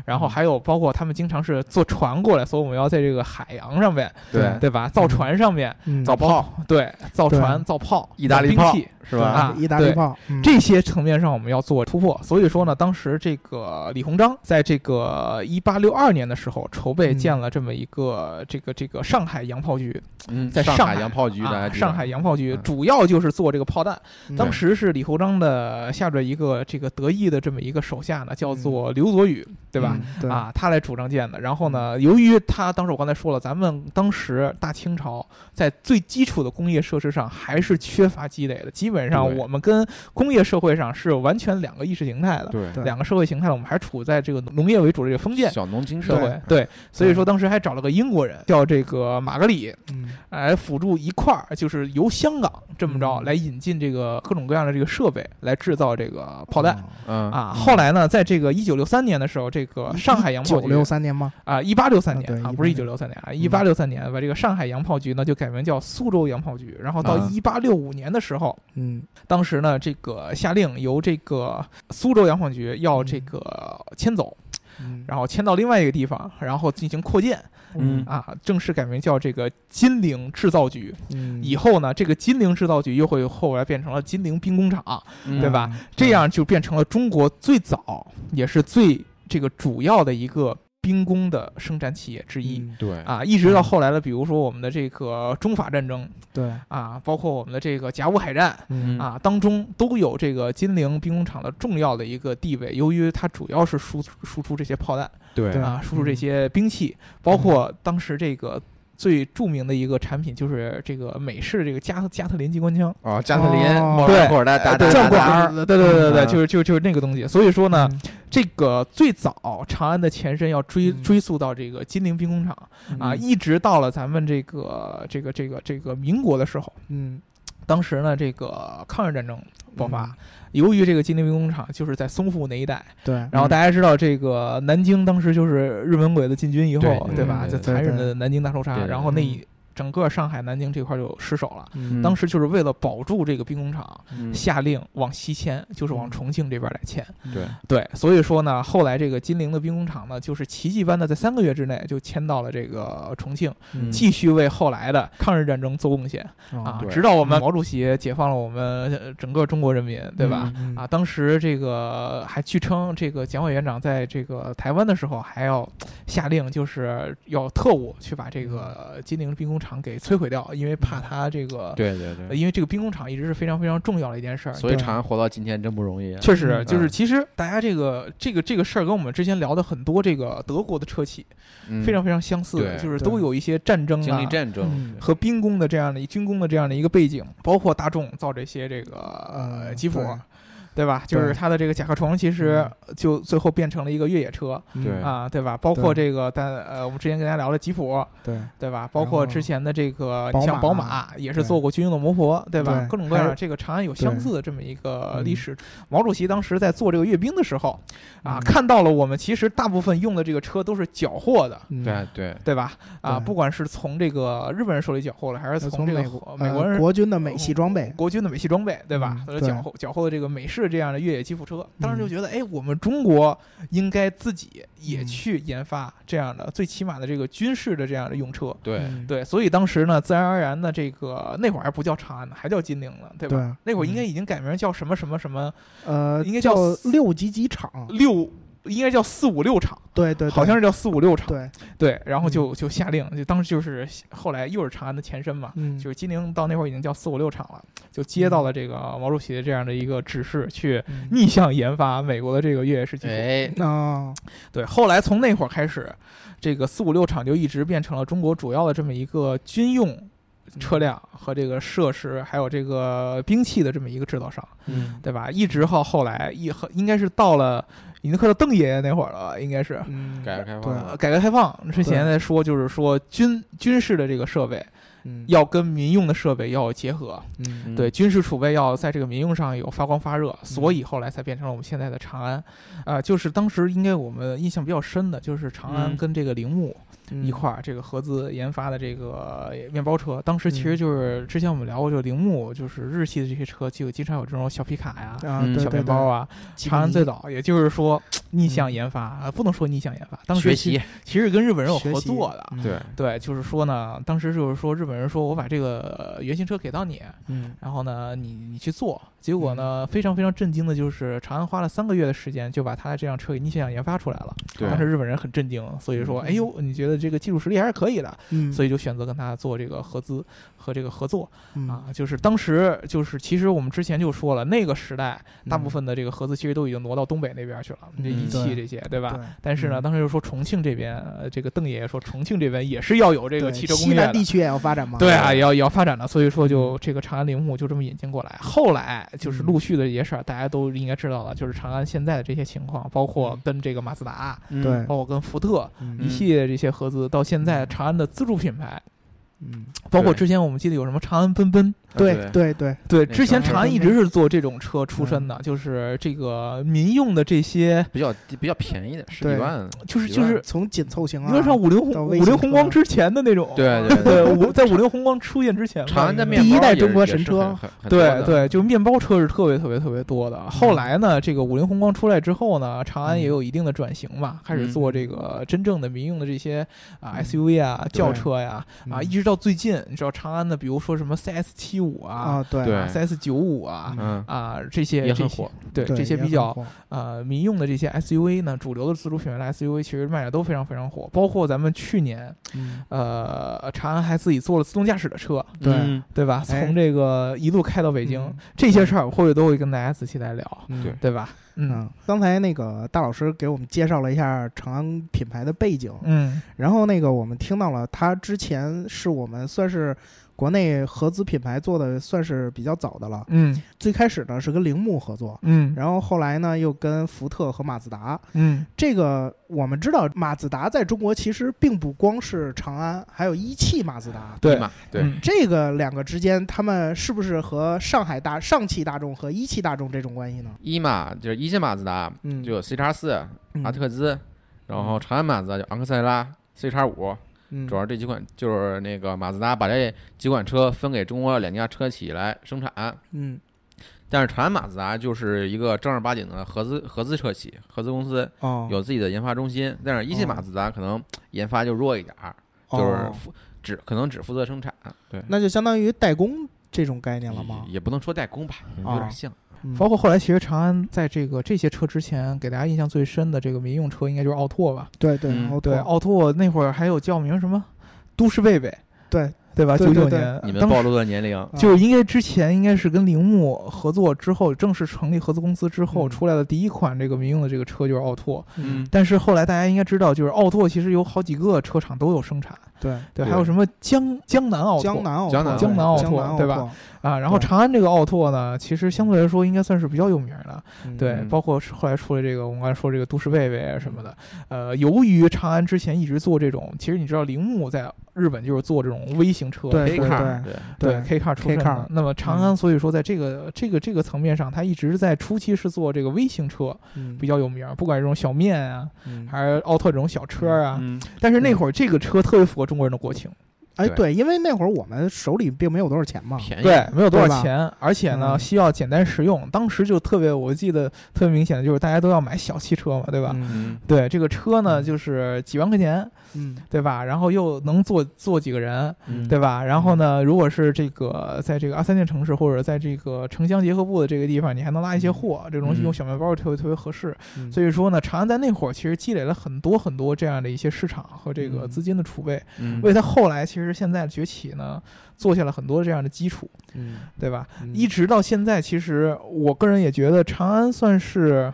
[SPEAKER 2] 然
[SPEAKER 3] 嗯
[SPEAKER 2] 后还有包括他们经常是坐船过来，所以我们要在这个海洋上面，
[SPEAKER 3] 对，
[SPEAKER 2] 对吧？造船上面，
[SPEAKER 1] 早
[SPEAKER 3] 早炮
[SPEAKER 2] 对，造
[SPEAKER 1] 对
[SPEAKER 2] 船、造炮、
[SPEAKER 3] 意大利
[SPEAKER 2] 造
[SPEAKER 3] 炮嗯
[SPEAKER 2] 兵器
[SPEAKER 3] 是吧？
[SPEAKER 2] 啊
[SPEAKER 1] 意大利
[SPEAKER 2] 对
[SPEAKER 1] 炮，嗯
[SPEAKER 2] 这些层面上我们要做突破。所以说呢，当时这个李鸿章在这个一八六二年的时候，筹备
[SPEAKER 1] 嗯
[SPEAKER 2] 建了这么一个、这个这个上海洋炮局，
[SPEAKER 3] 嗯，
[SPEAKER 2] 在
[SPEAKER 3] 上
[SPEAKER 2] 海
[SPEAKER 3] 洋炮局，大家
[SPEAKER 2] 啊，
[SPEAKER 3] 知道
[SPEAKER 2] 上海洋炮局
[SPEAKER 3] 嗯
[SPEAKER 2] 主要就是做这个炮弹。
[SPEAKER 1] 嗯
[SPEAKER 2] 当时是李鸿章的下边一个这个得意的这么一个手下呢，叫做刘佐宇，对吧？？
[SPEAKER 1] 嗯对，
[SPEAKER 2] 啊，他来主张建的。然后呢，由于他当时我刚才说了，咱们当时大清朝在最基础的工业设施上还是缺乏积累的，基本上
[SPEAKER 3] 对
[SPEAKER 2] 我们跟工业社会上是完全两个意识形态的，
[SPEAKER 3] 对
[SPEAKER 1] 对
[SPEAKER 2] 两个社会形态，我们还处在这个农业为主的这个封建。
[SPEAKER 3] 小农经济
[SPEAKER 2] 社会对，所以说当时还找了个英国人叫到这个马格里
[SPEAKER 1] 嗯
[SPEAKER 2] 来辅助一块儿，就是由香港这么着
[SPEAKER 1] 嗯
[SPEAKER 2] 来引进这个各种各样的这个设备来制造这个炮弹。
[SPEAKER 3] 嗯
[SPEAKER 2] 啊，
[SPEAKER 1] 嗯
[SPEAKER 2] 后来呢，在这个一九六三年的时候，这个上海洋炮
[SPEAKER 1] 九
[SPEAKER 2] 局
[SPEAKER 1] 六三年吗？
[SPEAKER 2] 啊，一八六三
[SPEAKER 1] 啊对
[SPEAKER 2] 年啊，
[SPEAKER 1] 1863
[SPEAKER 2] 不是一九六三年啊，一八六三年把这个上海洋炮局呢就改名叫苏州洋炮局，然后到
[SPEAKER 3] 啊
[SPEAKER 2] 一八六五年的时候，
[SPEAKER 1] 嗯
[SPEAKER 2] 当时呢这个下令由这个苏州洋炮局要这个迁走，
[SPEAKER 1] 嗯，
[SPEAKER 2] 然后迁到另外一个地方，然后进行扩建
[SPEAKER 3] 嗯
[SPEAKER 2] 啊，正式改名叫这个金陵制造局。
[SPEAKER 1] 嗯
[SPEAKER 2] 以后呢，这个金陵制造局又会后来变成了金陵兵工厂，
[SPEAKER 3] 嗯
[SPEAKER 2] 对吧？这样就变成了中国最早也是最这个主要的一个兵工的生产企业之一。
[SPEAKER 1] 嗯
[SPEAKER 3] 对，
[SPEAKER 2] 啊，一直到后来的，比如说我们的这个中法战争
[SPEAKER 1] 对，
[SPEAKER 2] 啊，包括我们的这个甲午海战
[SPEAKER 1] 嗯
[SPEAKER 2] 啊，当中都有这个金陵兵工厂的重要的一个地位。由于它主要是输输出这些炮弹
[SPEAKER 3] 对
[SPEAKER 1] 对
[SPEAKER 2] 啊，输出
[SPEAKER 1] 嗯
[SPEAKER 2] 这些兵器，包括当时这个最著名的一个产品就是这个美式这个加加特林机关枪。
[SPEAKER 3] 哦，加特林，冒
[SPEAKER 2] 对
[SPEAKER 3] 着裤带打打
[SPEAKER 2] 战
[SPEAKER 3] 打打，
[SPEAKER 2] 管，对对对对对，
[SPEAKER 3] 嗯
[SPEAKER 2] 就是就就是那个东西。所以说呢，
[SPEAKER 1] 嗯
[SPEAKER 2] 这个最早长安的前身要追
[SPEAKER 1] 嗯
[SPEAKER 2] 追溯到这个金陵兵工厂啊，一直到了咱们这个这个这个这个民国的时候，
[SPEAKER 1] 嗯
[SPEAKER 2] 当时呢这个抗日战争爆发，由于这个金陵兵工厂就是在淞沪那一带，
[SPEAKER 1] 对，嗯
[SPEAKER 2] 然后大家知道这个南京当时就是日本鬼子进军以后，
[SPEAKER 3] 对
[SPEAKER 2] 对吧？
[SPEAKER 1] 嗯
[SPEAKER 2] 就
[SPEAKER 3] 对
[SPEAKER 2] 残忍
[SPEAKER 1] 对
[SPEAKER 2] 的南京大屠杀，
[SPEAKER 3] 对对
[SPEAKER 2] 然后那
[SPEAKER 1] 嗯
[SPEAKER 2] 一整个上海、南京这块就失守了。
[SPEAKER 1] 嗯
[SPEAKER 2] 当时就是为了保住这个兵工厂，
[SPEAKER 3] 嗯
[SPEAKER 2] 下令往西迁，就是往重庆这边来迁。
[SPEAKER 3] 对
[SPEAKER 2] 对，所以说呢，后来这个金陵的兵工厂呢，就是奇迹般的在三个月之内就迁到了这个重庆，
[SPEAKER 3] 嗯
[SPEAKER 2] 继续为后来的抗日战争做贡献啊，
[SPEAKER 1] 嗯
[SPEAKER 3] 对嗯
[SPEAKER 2] 直到我们毛主席解放了我们呃整个中国人民，对吧？？
[SPEAKER 1] 嗯
[SPEAKER 2] 啊，，当时这个还据称，这个蒋委员长在这个台湾的时候，还要下令，就是要特务去把这个金陵兵工厂给摧毁掉，因为怕他这个
[SPEAKER 3] 嗯对对对，
[SPEAKER 2] 因为这个兵工厂一直是非常非常重要的一件事儿。
[SPEAKER 3] 哎所以长安活到今天真不容易。啊
[SPEAKER 2] 确实，
[SPEAKER 1] 嗯
[SPEAKER 2] 就是其实大家这个这个这个事儿跟我们之前聊的很多这个德国的车企
[SPEAKER 3] 嗯
[SPEAKER 2] 非常非常相似的，
[SPEAKER 3] 对
[SPEAKER 2] 就是都有一些战争
[SPEAKER 3] 经
[SPEAKER 2] 啊
[SPEAKER 3] 历战争
[SPEAKER 1] 嗯，
[SPEAKER 2] 和兵工的这样的军工的这样的一个背景，包括大众造这些这个呃
[SPEAKER 1] 嗯
[SPEAKER 2] 吉普
[SPEAKER 1] 对。嗯
[SPEAKER 2] 对吧？就是它的这个甲壳虫，其实就最后变成了一个越野车
[SPEAKER 3] 对
[SPEAKER 2] 啊，对吧？包括
[SPEAKER 1] 对
[SPEAKER 2] 这个，但呃，我们之前跟大家聊的吉普，
[SPEAKER 1] 对，
[SPEAKER 2] 对吧？包
[SPEAKER 1] 然后
[SPEAKER 2] 括之前的这个，你像
[SPEAKER 1] 宝
[SPEAKER 2] 宝
[SPEAKER 1] 马啊
[SPEAKER 2] 马也是
[SPEAKER 1] 对
[SPEAKER 2] 做过军用的摩托，对吧？
[SPEAKER 1] 对
[SPEAKER 2] 各种各
[SPEAKER 1] 还
[SPEAKER 2] 样
[SPEAKER 1] 有
[SPEAKER 2] 的这个长安有相
[SPEAKER 1] 对
[SPEAKER 2] 似的这么一个
[SPEAKER 1] 嗯
[SPEAKER 2] 历史。毛主席当时在做这个阅兵的时候，啊，
[SPEAKER 1] 嗯
[SPEAKER 2] 看到了我们其实大部分用的这个车都是缴获的。
[SPEAKER 1] 嗯
[SPEAKER 3] 对对
[SPEAKER 2] 对吧？啊，
[SPEAKER 1] 对
[SPEAKER 2] 不管是从这个日本人手里缴获了，还是
[SPEAKER 1] 呃
[SPEAKER 2] 从这个
[SPEAKER 1] 美
[SPEAKER 2] 呃
[SPEAKER 1] 国
[SPEAKER 2] 美
[SPEAKER 1] 呃
[SPEAKER 2] 国人哦
[SPEAKER 1] 国军的美系装备，
[SPEAKER 2] 国军的美系装备，对吧
[SPEAKER 1] 嗯？
[SPEAKER 2] 他说
[SPEAKER 1] 对
[SPEAKER 2] 缴获缴获的这个美式这样的越野吉普车，当时就觉得，哎，我们中国应该自己也
[SPEAKER 1] 嗯
[SPEAKER 2] 去研发这样的最起码的这个军事的这样的用车。
[SPEAKER 3] 对，
[SPEAKER 1] 嗯
[SPEAKER 2] 对，所以当时呢，自然而然的这个那会儿还不叫长安呢，还叫金陵呢，对吧？
[SPEAKER 1] 对
[SPEAKER 2] 那会儿应该
[SPEAKER 1] 嗯
[SPEAKER 2] 已经改名叫什么什么什么
[SPEAKER 1] 呃，
[SPEAKER 2] 应该
[SPEAKER 1] 叫
[SPEAKER 2] 叫
[SPEAKER 1] 六级机场，
[SPEAKER 2] 六，应该叫四五六厂，
[SPEAKER 1] 对对，对
[SPEAKER 2] 好像是叫四五六厂。
[SPEAKER 1] 对，嗯
[SPEAKER 2] 对然后就就下令，就当时就是后来又是长安的前身嘛，
[SPEAKER 1] 嗯，
[SPEAKER 2] 就是金陵到那会儿已经叫四五六厂了，就接到了这个毛主席的这样的一个指示，去
[SPEAKER 1] 嗯
[SPEAKER 2] 逆向研发美国的这个越野式技术。
[SPEAKER 3] 哎，
[SPEAKER 1] 啊，
[SPEAKER 2] 对，后来从那会儿开始，这个四五六厂就一直变成了中国主要的这么一个军用
[SPEAKER 1] 嗯
[SPEAKER 2] 车辆和这个设施，还有这个兵器的这么一个制造商，
[SPEAKER 1] 嗯
[SPEAKER 2] 对吧？一直到后来一和应该是到了已经快到邓爷爷那会儿了，应该是。
[SPEAKER 1] 嗯，
[SPEAKER 3] 改革开放
[SPEAKER 1] 对
[SPEAKER 3] 了
[SPEAKER 2] 呃改革开放之前
[SPEAKER 1] 对
[SPEAKER 2] 在说，就是说军军事的这个设备
[SPEAKER 1] 嗯
[SPEAKER 2] 要跟民用的设备要有结合，
[SPEAKER 1] 嗯
[SPEAKER 3] 嗯
[SPEAKER 2] 对，军事储备要在这个民用上有发光发热，所以后来才变成了我们现在的长安。呃，就是当时应该我们印象比较深的，就是长安
[SPEAKER 3] 嗯
[SPEAKER 2] 跟这个铃木
[SPEAKER 1] 嗯
[SPEAKER 2] 一块儿这个合资研发的这个面包车。当时
[SPEAKER 1] 嗯
[SPEAKER 2] 其实就是之前我们聊过，就是铃木就是日系的这些车，就经常有这种小皮卡呀。
[SPEAKER 1] 啊，
[SPEAKER 3] 嗯
[SPEAKER 1] 对
[SPEAKER 2] 小
[SPEAKER 1] 对
[SPEAKER 2] 面包
[SPEAKER 1] 对，
[SPEAKER 2] 啊，
[SPEAKER 1] 基
[SPEAKER 2] 长
[SPEAKER 1] 本
[SPEAKER 2] 安最
[SPEAKER 1] 一
[SPEAKER 2] 早，也就是说逆向
[SPEAKER 1] 嗯
[SPEAKER 2] 研发啊，不能说逆向研发，当时
[SPEAKER 3] 学
[SPEAKER 2] 其
[SPEAKER 3] 习，
[SPEAKER 2] 其实跟日本人有
[SPEAKER 1] 学
[SPEAKER 2] 合
[SPEAKER 1] 习
[SPEAKER 2] 作的，
[SPEAKER 1] 嗯
[SPEAKER 3] 对，
[SPEAKER 2] 对，就是说呢，当时就是说日本人说我把这个呃原型车给到你，
[SPEAKER 1] 嗯
[SPEAKER 2] 然后呢，你你去做，结果呢，非常非常震惊的就是，长安花了三个月的时间就把他这辆车给逆向研发出来了。
[SPEAKER 3] 对
[SPEAKER 2] 当时日本人很震惊，所以说，
[SPEAKER 1] 嗯
[SPEAKER 2] 哎呦，你觉得这个技术实力还是可以的，
[SPEAKER 1] 嗯，
[SPEAKER 2] 所
[SPEAKER 1] 以
[SPEAKER 2] 以就选择跟他做这个合资和这个合作
[SPEAKER 1] 嗯
[SPEAKER 2] 啊。就是当时就是，其实我们之前就说了，那个时代大部分的这个合资其实都已经挪到东北那边去了，这
[SPEAKER 1] 嗯
[SPEAKER 2] 一汽
[SPEAKER 1] 对
[SPEAKER 2] 这些，对吧？
[SPEAKER 1] 对
[SPEAKER 2] 但是呢，
[SPEAKER 1] 嗯
[SPEAKER 2] 当时就说重庆这边，呃这个邓爷爷说重庆这边也是要有这个
[SPEAKER 1] 对
[SPEAKER 2] 汽车工
[SPEAKER 1] 西
[SPEAKER 2] 业
[SPEAKER 1] 南
[SPEAKER 2] 的
[SPEAKER 3] 啊
[SPEAKER 1] 地，区也要发展嘛，
[SPEAKER 2] 啊
[SPEAKER 3] 嗯
[SPEAKER 2] 对啊，也要也要发展的，所以说就这个长安铃木就这么引进过来。后来就是
[SPEAKER 1] 嗯
[SPEAKER 2] 陆续的一些事儿，大家都应该知道了，就是长安现在的这些情况，包括跟这个马自达，啊
[SPEAKER 3] 嗯嗯
[SPEAKER 1] 对
[SPEAKER 2] 包括跟福特一
[SPEAKER 1] 嗯
[SPEAKER 2] 系列这些合资，到现在长安的自主品牌，
[SPEAKER 1] 嗯，
[SPEAKER 2] 包括
[SPEAKER 3] 对
[SPEAKER 2] 之前我们记得有什么长安奔奔，
[SPEAKER 1] 对对对，
[SPEAKER 2] 对，
[SPEAKER 3] 那
[SPEAKER 2] 之前
[SPEAKER 3] 长
[SPEAKER 1] 安
[SPEAKER 2] 长安一直是做这种车出身
[SPEAKER 3] 嗯
[SPEAKER 2] 的，就是这个民用的这些，
[SPEAKER 3] 比较低比较便宜的，十
[SPEAKER 1] 对
[SPEAKER 3] 几万，
[SPEAKER 2] 就是
[SPEAKER 3] 几
[SPEAKER 2] 就
[SPEAKER 3] 万
[SPEAKER 2] 是
[SPEAKER 1] 从紧凑型
[SPEAKER 2] 有
[SPEAKER 1] 啊，
[SPEAKER 2] 点像五菱
[SPEAKER 1] 到
[SPEAKER 2] 宏
[SPEAKER 1] 微
[SPEAKER 2] 五菱
[SPEAKER 1] 型
[SPEAKER 2] 宏
[SPEAKER 1] 车
[SPEAKER 2] 光之前的那种，
[SPEAKER 3] 对对
[SPEAKER 2] 对，五在五菱宏光出现之前吧，
[SPEAKER 3] 长安的
[SPEAKER 2] 应该
[SPEAKER 3] 面
[SPEAKER 1] 第一
[SPEAKER 3] 包
[SPEAKER 1] 代
[SPEAKER 3] 也
[SPEAKER 1] 中
[SPEAKER 3] 是
[SPEAKER 1] 国
[SPEAKER 3] 也
[SPEAKER 1] 神
[SPEAKER 3] 是
[SPEAKER 1] 车
[SPEAKER 3] 很很很多
[SPEAKER 2] 对
[SPEAKER 3] 的
[SPEAKER 2] 对，就面包车是特别特别特别多
[SPEAKER 1] 嗯
[SPEAKER 2] 的。后来呢，这个五菱宏光出来之后呢，长安也有一定的转型嘛，开始做这个真正的民用的这些啊
[SPEAKER 1] 嗯
[SPEAKER 2] SUV 啊、轿
[SPEAKER 1] 对
[SPEAKER 2] 车呀啊，一
[SPEAKER 1] 嗯
[SPEAKER 2] 直到最近，你知道长安的，比如说什么 CS 七五啊、
[SPEAKER 1] 啊，对
[SPEAKER 3] 对
[SPEAKER 2] CS 九五啊
[SPEAKER 1] 嗯
[SPEAKER 3] 嗯，
[SPEAKER 2] 啊这些
[SPEAKER 3] 也很
[SPEAKER 2] 这些
[SPEAKER 3] 火
[SPEAKER 2] 对
[SPEAKER 1] 对
[SPEAKER 2] 这些
[SPEAKER 1] 啊也
[SPEAKER 2] 比
[SPEAKER 1] 很
[SPEAKER 2] 较
[SPEAKER 1] 火
[SPEAKER 2] 呃民用的这些 SUV 呢，主流的自主品牌的 SUV 其实卖的都非常非常火，包括咱们去年
[SPEAKER 1] 嗯
[SPEAKER 2] 呃长安还自己做了自动驾驶的车，
[SPEAKER 1] 对
[SPEAKER 3] 嗯
[SPEAKER 2] 对吧？
[SPEAKER 1] 哎
[SPEAKER 2] 从这个一路开到北京，
[SPEAKER 1] 嗯
[SPEAKER 2] 这些事儿，或者都会跟大家仔细来聊，
[SPEAKER 1] 嗯
[SPEAKER 3] 对
[SPEAKER 2] 对吧？嗯
[SPEAKER 1] 嗯，刚才那个大老师给我们介绍了一下长安品牌的背景，
[SPEAKER 2] 嗯
[SPEAKER 1] 然后那个我们听到了，它之前是我们算是国内合资品牌做的算是比较早的了。
[SPEAKER 2] 嗯
[SPEAKER 1] 最开始呢是跟铃木合作，
[SPEAKER 2] 嗯
[SPEAKER 1] 然后后来呢又跟福特和马自达。
[SPEAKER 2] 嗯，
[SPEAKER 1] 这个我们知道，马自达在中国其实并不光是长安，还有一汽马自达。
[SPEAKER 2] 对
[SPEAKER 3] 立马对，
[SPEAKER 2] 嗯
[SPEAKER 1] 这个两个之间，他们是不是和上海大上汽大众和一汽大众这种关系呢？
[SPEAKER 3] 一马就是一线马自达，
[SPEAKER 1] 嗯，
[SPEAKER 3] 就有啊 C 叉四、
[SPEAKER 1] 嗯
[SPEAKER 3] 阿特兹，然后长安马自达就昂克赛拉、C 叉五，
[SPEAKER 1] 嗯
[SPEAKER 3] 主要这几款就是那个马自达把这几款车分给中国两家车企来生产。
[SPEAKER 1] 嗯
[SPEAKER 3] 但是长安马自达就是一个正儿八经的合资合资车企、合资公司，
[SPEAKER 1] 哦，
[SPEAKER 3] 有自己的研发中心。但是一汽
[SPEAKER 1] 哦
[SPEAKER 3] 马自达可能研发就弱一点儿，
[SPEAKER 1] 哦
[SPEAKER 3] 就是负只可能只负责生产，对，
[SPEAKER 1] 那就相当于代工这种概念了吗？
[SPEAKER 2] 嗯
[SPEAKER 3] 也也不能说代工吧，有
[SPEAKER 1] 啊
[SPEAKER 3] 点像。
[SPEAKER 1] 嗯
[SPEAKER 2] 包括后来其实长安在这个这些车之前，给大家印象最深的这个民用车应该就是奥拓吧？
[SPEAKER 1] 对对，
[SPEAKER 3] 嗯
[SPEAKER 1] 然后
[SPEAKER 2] 对，奥拓那会儿还有叫名什么都市贝贝，
[SPEAKER 1] 对
[SPEAKER 2] 对吧？
[SPEAKER 1] 对
[SPEAKER 2] 九
[SPEAKER 1] 对
[SPEAKER 2] 九
[SPEAKER 1] 对
[SPEAKER 2] 年，
[SPEAKER 3] 你们
[SPEAKER 2] 当
[SPEAKER 3] 暴
[SPEAKER 2] 时
[SPEAKER 3] 露了年龄，
[SPEAKER 1] 啊
[SPEAKER 2] 就是应该之前应该是跟铃木合作之后，正式成立合资公司之后
[SPEAKER 1] 嗯
[SPEAKER 2] 出来的第一款这个民用的这个车就是奥拓，
[SPEAKER 3] 嗯，
[SPEAKER 2] 但是后来大家应该知道，就是奥拓其实有好几个车厂都有生产，
[SPEAKER 1] 对，
[SPEAKER 2] 对，
[SPEAKER 3] 对
[SPEAKER 2] 还有什么江江南奥拓
[SPEAKER 1] 江南奥
[SPEAKER 3] 江
[SPEAKER 1] 拓
[SPEAKER 3] 南
[SPEAKER 1] 江
[SPEAKER 2] 江南
[SPEAKER 1] 奥
[SPEAKER 2] 奥拓对吧？啊，然后
[SPEAKER 1] 对
[SPEAKER 2] 长安这个奥拓呢，其实相对来说应该算是比较有名的，
[SPEAKER 1] 嗯
[SPEAKER 2] 对，
[SPEAKER 3] 嗯
[SPEAKER 2] 包括是后来出了这个我们刚才说这个都市贝贝啊什么的，呃，由于长安之前一直做这种，其实你知道铃木在日本就是做这种微型车
[SPEAKER 1] 对
[SPEAKER 2] K
[SPEAKER 1] 对
[SPEAKER 2] car，
[SPEAKER 3] 对，
[SPEAKER 1] 对
[SPEAKER 2] K car 出身
[SPEAKER 1] K-car
[SPEAKER 2] 的，那么长安所以说在这个这个这个层面上，它一直在初期是做这个微型车
[SPEAKER 1] 嗯
[SPEAKER 2] 比较有名，不管是这种小面啊，
[SPEAKER 1] 嗯
[SPEAKER 2] 还是奥拓这种小车啊，
[SPEAKER 3] 嗯，
[SPEAKER 2] 但是那会儿这个车特别符合中国人的国情，
[SPEAKER 1] 哎
[SPEAKER 3] 对
[SPEAKER 1] 对，因为那会儿我们手里并没有多少钱嘛，嗯
[SPEAKER 3] 便宜，
[SPEAKER 2] 对，没有多
[SPEAKER 1] 啊对
[SPEAKER 2] 少
[SPEAKER 1] 吧
[SPEAKER 2] 钱，而且呢
[SPEAKER 1] 嗯
[SPEAKER 2] 需要简单实用。当时就特别，我记得特别明显的就是大家都要买小汽车嘛，对吧？
[SPEAKER 1] 嗯
[SPEAKER 3] 嗯，
[SPEAKER 2] 对，这个车呢
[SPEAKER 1] 嗯
[SPEAKER 2] 就是几万块钱，
[SPEAKER 1] 嗯
[SPEAKER 2] 对吧？然后又能坐坐几个人，
[SPEAKER 3] 嗯
[SPEAKER 2] 对吧？然后呢，如果是这个在这个二三线城市或者在这个城乡结合部的这个地方，你还能拉一些货，这种
[SPEAKER 3] 嗯
[SPEAKER 2] 用小面包特别特别合适。
[SPEAKER 1] 嗯
[SPEAKER 2] 所以说呢，长安在那会儿其实积累了很多很多这样的一些市场和这个
[SPEAKER 1] 嗯
[SPEAKER 2] 资金的储备，
[SPEAKER 3] 嗯
[SPEAKER 2] 为它后来其实现在的崛起呢，做下了很多这样的基础，
[SPEAKER 1] 嗯
[SPEAKER 2] 对吧？
[SPEAKER 1] 嗯
[SPEAKER 2] 一直到现在，其实我个人也觉得长安算是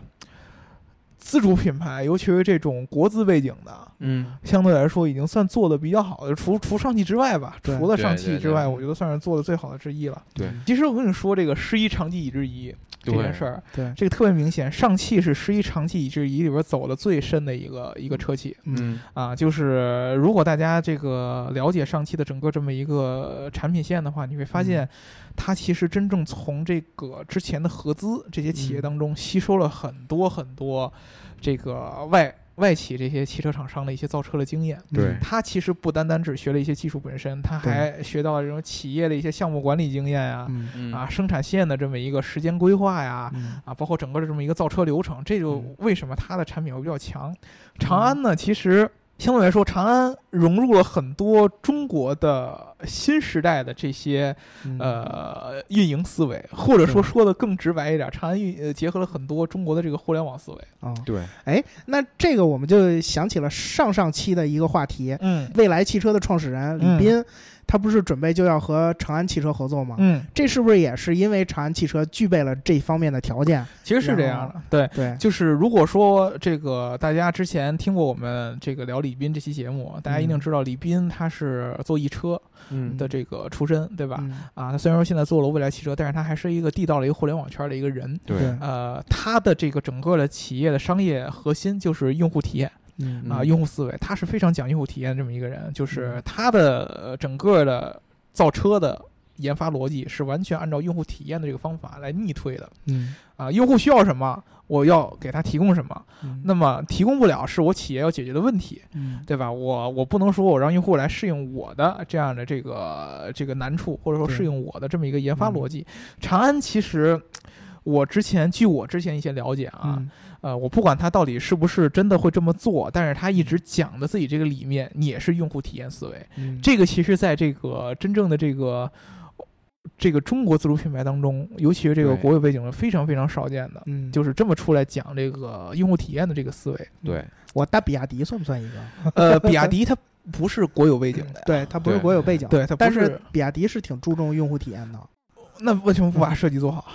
[SPEAKER 2] 自主品牌，尤其是这种国资背景的，
[SPEAKER 3] 嗯
[SPEAKER 2] 相对来说已经算做的比较好的，除除上汽之外吧，
[SPEAKER 1] 对
[SPEAKER 2] 除了上
[SPEAKER 3] 对对
[SPEAKER 2] 汽
[SPEAKER 3] 对嗯
[SPEAKER 2] 之外，我觉得算是做的最好的之一了。
[SPEAKER 3] 对
[SPEAKER 2] 其实我跟你说，这个师夷长技以制夷这
[SPEAKER 3] 对
[SPEAKER 2] 件事儿，
[SPEAKER 1] 对
[SPEAKER 2] 这个特别明显，上汽是师夷长技以制夷里边走的最深的一个一个车企
[SPEAKER 1] 嗯
[SPEAKER 3] 嗯
[SPEAKER 2] 啊。就是如果大家这个了解上汽的整个这么一个产品线的话，你会发现，它其实真正从这个之前的合资这些企业当中吸收了很多很多这个外外企这些汽车厂商的一些造车的经验。
[SPEAKER 3] 对
[SPEAKER 2] 他其实不单单只学了一些技术本身，他
[SPEAKER 1] 嗯对
[SPEAKER 2] 还学到了这种企业的一些项目管理经验呀、
[SPEAKER 1] 嗯
[SPEAKER 3] 嗯
[SPEAKER 2] 啊，生产线的这么一个时间规划呀，
[SPEAKER 1] 嗯
[SPEAKER 2] 啊，包括整个的这么一个造车流程，这就
[SPEAKER 1] 嗯
[SPEAKER 2] 为什么它的产品会比较强。长安呢，其实相对来说，长安融入了很多中国的新时代的这些
[SPEAKER 1] 嗯
[SPEAKER 2] 呃运营思维，或者说
[SPEAKER 1] 对
[SPEAKER 2] 说的更直白一点，长安运呃结合了很多中国的这个互联网思维。
[SPEAKER 1] 啊，
[SPEAKER 3] 对，
[SPEAKER 1] 哎，那这个我们就想起了上上期的一个话题，
[SPEAKER 2] 嗯
[SPEAKER 1] 蔚来汽车的创始人李
[SPEAKER 2] 嗯
[SPEAKER 1] 斌它不是准备就要和长安汽车合作吗？
[SPEAKER 2] 嗯，
[SPEAKER 1] 这是不是也是因为长安汽车具备了这方面的条件？
[SPEAKER 2] 其实是这
[SPEAKER 1] 然
[SPEAKER 2] 样
[SPEAKER 1] 后
[SPEAKER 2] 的，对。
[SPEAKER 1] 对，
[SPEAKER 2] 就是如果说这个大家之前听过我们这个聊李斌这期节目，大家一定
[SPEAKER 1] 嗯
[SPEAKER 2] 知道李斌他是做易车
[SPEAKER 3] 嗯
[SPEAKER 2] 的这个出身，对吧？
[SPEAKER 1] 嗯
[SPEAKER 2] 啊，他虽然说现在做了未来汽车，但是他还是一个地道的一个互联网圈的一个人。
[SPEAKER 3] 对
[SPEAKER 1] 对，
[SPEAKER 2] 呃，他的这个整个的企业的商业核心就是用户体验
[SPEAKER 1] 嗯
[SPEAKER 2] 啊、
[SPEAKER 3] 嗯
[SPEAKER 2] 用户思维，他是非常讲用户体验的这么一个人。就是他的呃整个的造车的研发逻辑是完全按照用户体验的这个方法来逆推的
[SPEAKER 1] 嗯，
[SPEAKER 2] 啊、用户需要什么，我要给他提供什么。
[SPEAKER 1] 嗯
[SPEAKER 2] 那么提供不了是我企业要解决的问题，
[SPEAKER 1] 嗯
[SPEAKER 2] 对吧？我我不能说我让用户来适应我的这样的这个这个难处，或者说
[SPEAKER 1] 对
[SPEAKER 2] 适应我的这么一个研发
[SPEAKER 1] 嗯
[SPEAKER 2] 逻辑。长安其实，我之前据我之前一些了解啊，
[SPEAKER 1] 嗯
[SPEAKER 2] 呃，我不管他到底是不是真的会这么做，但是他一直讲的自己这个理念也是用户体验思维。
[SPEAKER 1] 嗯
[SPEAKER 2] 这个其实在这个真正的这个。这个中国自主品牌当中，尤其是这个
[SPEAKER 3] 对
[SPEAKER 2] 国有背景是非常非常少见的，
[SPEAKER 1] 嗯，
[SPEAKER 2] 就是这么出来讲这个用户体验的这个思维。
[SPEAKER 3] 对，
[SPEAKER 1] 我搭比亚迪算不算一个？嗯
[SPEAKER 2] 呃，比亚迪它不是国有背景的呀，
[SPEAKER 1] 对，它不是
[SPEAKER 3] 对
[SPEAKER 1] 国有背景，
[SPEAKER 2] 对它不
[SPEAKER 1] 啊但
[SPEAKER 2] 是嗯
[SPEAKER 1] 是比亚迪是挺注重用户体验的。
[SPEAKER 2] 那为什么不把设计做好？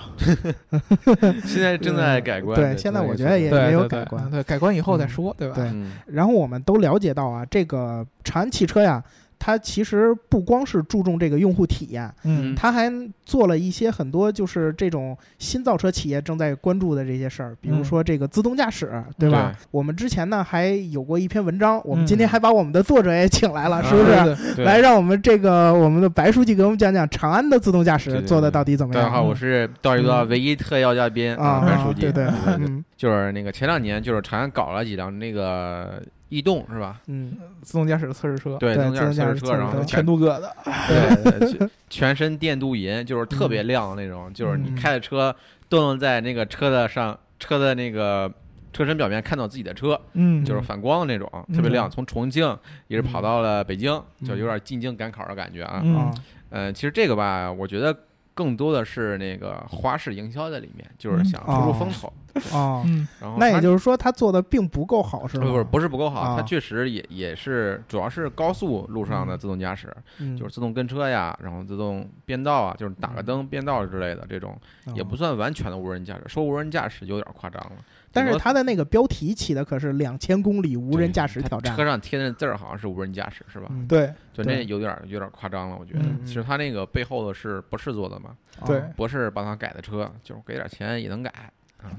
[SPEAKER 3] 现在正在改观。
[SPEAKER 1] 对
[SPEAKER 3] 正
[SPEAKER 1] 现在
[SPEAKER 3] 在
[SPEAKER 1] 我
[SPEAKER 3] 改
[SPEAKER 1] 觉
[SPEAKER 3] 观
[SPEAKER 1] 得也哎
[SPEAKER 2] 对，
[SPEAKER 1] 没有
[SPEAKER 2] 对
[SPEAKER 1] 改观
[SPEAKER 2] 对对，改观以后再说，对吧？
[SPEAKER 1] 对
[SPEAKER 3] 嗯
[SPEAKER 1] 然后我们都了解到啊，这个长安汽车呀，它其实不光是注重这个用户体验，
[SPEAKER 2] 嗯，
[SPEAKER 1] 它还做了一些很多就是这种新造车企业正在关注的这些事儿，比如
[SPEAKER 3] 嗯
[SPEAKER 1] 说这个自动驾驶，对吧？我们之前呢还有过一篇文章，我们今天还把我们的作者也请来了，
[SPEAKER 3] 嗯
[SPEAKER 1] 是不是？
[SPEAKER 2] 对对对
[SPEAKER 3] 对
[SPEAKER 1] 来，让我们这个我们的白书记给我们讲讲长安的自动驾
[SPEAKER 3] 对
[SPEAKER 1] 驶
[SPEAKER 3] 对对
[SPEAKER 1] 做的到底怎么
[SPEAKER 3] 大家好，
[SPEAKER 1] 样。
[SPEAKER 3] 我是道一多唯一特邀嘉宾
[SPEAKER 1] 嗯啊，
[SPEAKER 3] 白书记，
[SPEAKER 1] 对对，
[SPEAKER 3] 对
[SPEAKER 1] 嗯
[SPEAKER 3] 就是那个前两年就是长安搞了几辆那个逸动是吧？
[SPEAKER 1] 嗯，
[SPEAKER 2] 自动驾驶测试车，
[SPEAKER 3] 对
[SPEAKER 1] 对
[SPEAKER 3] 自动驾
[SPEAKER 1] 自动驾
[SPEAKER 3] 驶测
[SPEAKER 1] 驶
[SPEAKER 3] 试
[SPEAKER 1] 测
[SPEAKER 3] 车，
[SPEAKER 1] 试
[SPEAKER 3] 然后
[SPEAKER 1] 车
[SPEAKER 2] 全
[SPEAKER 3] 全
[SPEAKER 2] 镀铬的，
[SPEAKER 3] 对，全全身电镀银，就是特别亮的那种，就是
[SPEAKER 2] 嗯
[SPEAKER 3] 你开的车都能在那个车的上车的那个车身表面看到自己的车，
[SPEAKER 2] 嗯，
[SPEAKER 3] 就是反光的那种，
[SPEAKER 2] 嗯
[SPEAKER 3] 特别亮。从重庆一直
[SPEAKER 1] 嗯
[SPEAKER 3] 跑到了北京，就有点进京赶考的感觉啊。
[SPEAKER 2] 嗯
[SPEAKER 1] 啊，
[SPEAKER 3] 嗯，其实这个吧，我觉得更多的是那个花式营销在里面，就是想
[SPEAKER 1] 嗯
[SPEAKER 3] 突出风头。
[SPEAKER 1] 哦，
[SPEAKER 2] 嗯
[SPEAKER 3] 然后
[SPEAKER 1] 那也
[SPEAKER 3] 它呃
[SPEAKER 1] 就是说他做的并不够好，是吗？
[SPEAKER 3] 不是不是不够好，它
[SPEAKER 1] 啊
[SPEAKER 3] 确实也也是主要是高速路上的
[SPEAKER 1] 嗯
[SPEAKER 3] 自动驾驶，
[SPEAKER 1] 嗯，
[SPEAKER 3] 就是自动跟车呀，然后自动变道啊，就是打个灯变道之类的这种，也不
[SPEAKER 1] 哦。
[SPEAKER 3] 算完全的无人驾驶。说无人驾驶有点夸张了，
[SPEAKER 1] 但是
[SPEAKER 3] 顶多
[SPEAKER 1] 他的那个标题起的可是两千公里无人驾驶挑战
[SPEAKER 3] 车，上贴的字儿好像是无人驾驶是吧？
[SPEAKER 1] 嗯
[SPEAKER 2] 对
[SPEAKER 3] 就
[SPEAKER 1] 对
[SPEAKER 3] 那有点有点夸张了，我觉得
[SPEAKER 2] 嗯。
[SPEAKER 3] 其实他那个背后的是博士做的嘛，
[SPEAKER 2] 对
[SPEAKER 1] 啊，
[SPEAKER 3] 博士帮他改的车，就是给点钱也能改。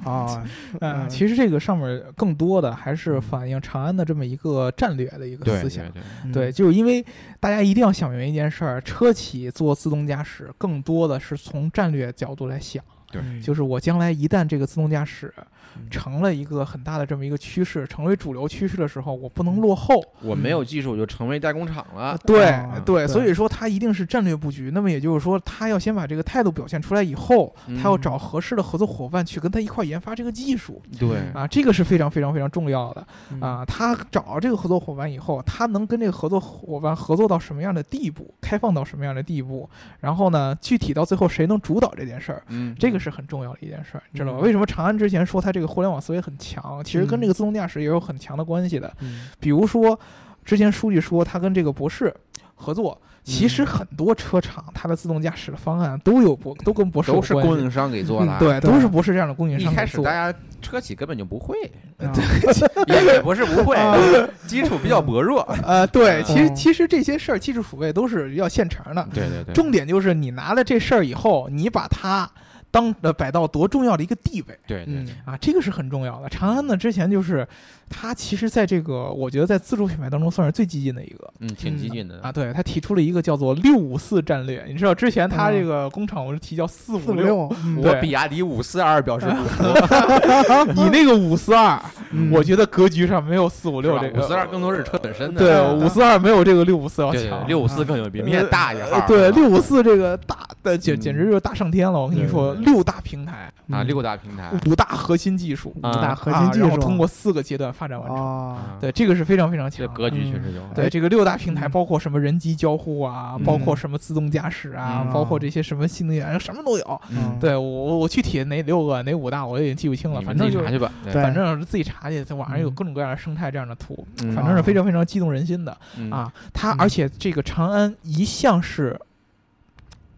[SPEAKER 1] 哦
[SPEAKER 2] 呃，
[SPEAKER 1] 嗯
[SPEAKER 2] 其实这个上面更多的还是反映长安的这么一个战略的一个
[SPEAKER 3] 对
[SPEAKER 2] 思
[SPEAKER 3] 对
[SPEAKER 2] 想。
[SPEAKER 3] 对，
[SPEAKER 1] 嗯
[SPEAKER 2] 对，就是因为大家一定要想明白一件事儿，车企做自动驾驶更多的是从战略角度来想，
[SPEAKER 3] 对
[SPEAKER 1] 嗯
[SPEAKER 2] 就是我将来一旦这个自动驾驶
[SPEAKER 1] 嗯
[SPEAKER 2] 成了一个很大的这么一个趋势，成为主流趋势的时候，我不能落后。
[SPEAKER 3] 我没有技术就成为代工厂了。
[SPEAKER 2] 对、
[SPEAKER 1] 啊
[SPEAKER 2] 对，
[SPEAKER 1] 对
[SPEAKER 2] 所以说它一定是战略布局。那么也就是说，他要先把这个态度表现出来以后，
[SPEAKER 3] 嗯
[SPEAKER 2] 他要找合适的合作伙伴去跟他一块儿研发这个技术
[SPEAKER 3] 对
[SPEAKER 2] 啊，这个是非常非常非常重要的
[SPEAKER 1] 嗯
[SPEAKER 2] 啊。他找这个合作伙伴以后，他能跟这个合作伙伴合作到什么样的地步，开放到什么样的地步，然后呢，具体到最后谁能主导这件事儿，
[SPEAKER 3] 嗯，
[SPEAKER 2] 这个是很重要的一件事儿，你知道吧？
[SPEAKER 1] 嗯
[SPEAKER 2] 为什么长安之前说它这个互联网思维很强，其实跟这个自动驾驶也有很强的关系的。
[SPEAKER 1] 嗯
[SPEAKER 2] 比如说，之前书记说他跟这个博士合作，其
[SPEAKER 3] 嗯
[SPEAKER 2] 实很多车厂它的自动驾驶的方案都有博都跟博士有
[SPEAKER 3] 都是
[SPEAKER 2] 关系
[SPEAKER 3] 供应商给做的啊。
[SPEAKER 2] 对，
[SPEAKER 1] 对
[SPEAKER 2] 都是博士这样的供应
[SPEAKER 3] 一
[SPEAKER 2] 商
[SPEAKER 3] 开
[SPEAKER 2] 给
[SPEAKER 3] 始
[SPEAKER 2] 做。
[SPEAKER 3] 大家车企根本就不会，
[SPEAKER 1] 啊
[SPEAKER 3] 也也不是不会，
[SPEAKER 2] 啊
[SPEAKER 3] 基础比较薄弱。
[SPEAKER 2] 呃，对，其实
[SPEAKER 1] 嗯
[SPEAKER 2] 其实这些事儿技术储备都是要现成的，
[SPEAKER 3] 对对对，
[SPEAKER 2] 重点就是你拿了这事儿以后，你把它当呃摆到多重要的一个地位。
[SPEAKER 3] 对对对
[SPEAKER 1] 嗯
[SPEAKER 2] 啊，这个是很重要的。长安呢，之前就是它其实在这个，我觉得在自主品牌当中算是最激进的一个
[SPEAKER 3] 嗯，挺激进
[SPEAKER 2] 啊。
[SPEAKER 3] 的。
[SPEAKER 2] 对，它提出了一个叫做“六五四”战略。你知道之前它这个工厂我是提叫“四
[SPEAKER 1] 嗯四
[SPEAKER 2] 五
[SPEAKER 1] 五六，嗯
[SPEAKER 3] 我
[SPEAKER 2] 对
[SPEAKER 3] 比亚迪五四二表示不服，
[SPEAKER 2] 啊你那个“五四二”，
[SPEAKER 1] 嗯
[SPEAKER 2] 我觉得格局上没有“四五
[SPEAKER 3] 是
[SPEAKER 2] 六”
[SPEAKER 3] 吧
[SPEAKER 2] 这个。
[SPEAKER 3] 五四二更多是车本身的。
[SPEAKER 2] 对
[SPEAKER 1] 啊
[SPEAKER 2] 五四二没有这个六五四要
[SPEAKER 3] 对对对
[SPEAKER 2] 强。
[SPEAKER 3] 六五四更有比
[SPEAKER 2] 呃
[SPEAKER 3] 面大一号。
[SPEAKER 2] 对
[SPEAKER 3] 是吧
[SPEAKER 2] 六五四这个大的简简直
[SPEAKER 3] 嗯
[SPEAKER 2] 就是大上天了。我跟你
[SPEAKER 1] 对
[SPEAKER 2] 说，
[SPEAKER 3] 对
[SPEAKER 2] 六大平台，
[SPEAKER 3] 啊，
[SPEAKER 1] 嗯
[SPEAKER 3] 六大平台。
[SPEAKER 2] 五大核心技术，
[SPEAKER 3] 啊
[SPEAKER 1] 五大核
[SPEAKER 2] 啊
[SPEAKER 1] 心技
[SPEAKER 2] 然后
[SPEAKER 1] 术，
[SPEAKER 2] 通过四个阶段发展完成。
[SPEAKER 1] 啊，
[SPEAKER 3] 啊
[SPEAKER 2] 对，这个是非常非常强
[SPEAKER 3] 这
[SPEAKER 2] 的。
[SPEAKER 3] 格局确实有。
[SPEAKER 2] 对，这个六大平台
[SPEAKER 1] 嗯
[SPEAKER 2] 包括什么人机交互啊，
[SPEAKER 3] 嗯
[SPEAKER 2] 包括什么自动驾驶啊，
[SPEAKER 1] 嗯
[SPEAKER 2] 包括这些什么新能源，什么都有。
[SPEAKER 1] 嗯
[SPEAKER 2] 对我我我具体哪六个哪五大我也记不清了，
[SPEAKER 3] 你
[SPEAKER 2] 反
[SPEAKER 3] 们
[SPEAKER 2] 正
[SPEAKER 3] 自己
[SPEAKER 2] 就
[SPEAKER 3] 查去吧。
[SPEAKER 1] 对
[SPEAKER 2] 反正自己查查去，在网上有各种各样的生态这样的图，
[SPEAKER 3] 嗯
[SPEAKER 2] 反正是非常非常激动人心的
[SPEAKER 3] 嗯
[SPEAKER 2] 啊。它
[SPEAKER 1] 嗯
[SPEAKER 2] 而且这个长安一向是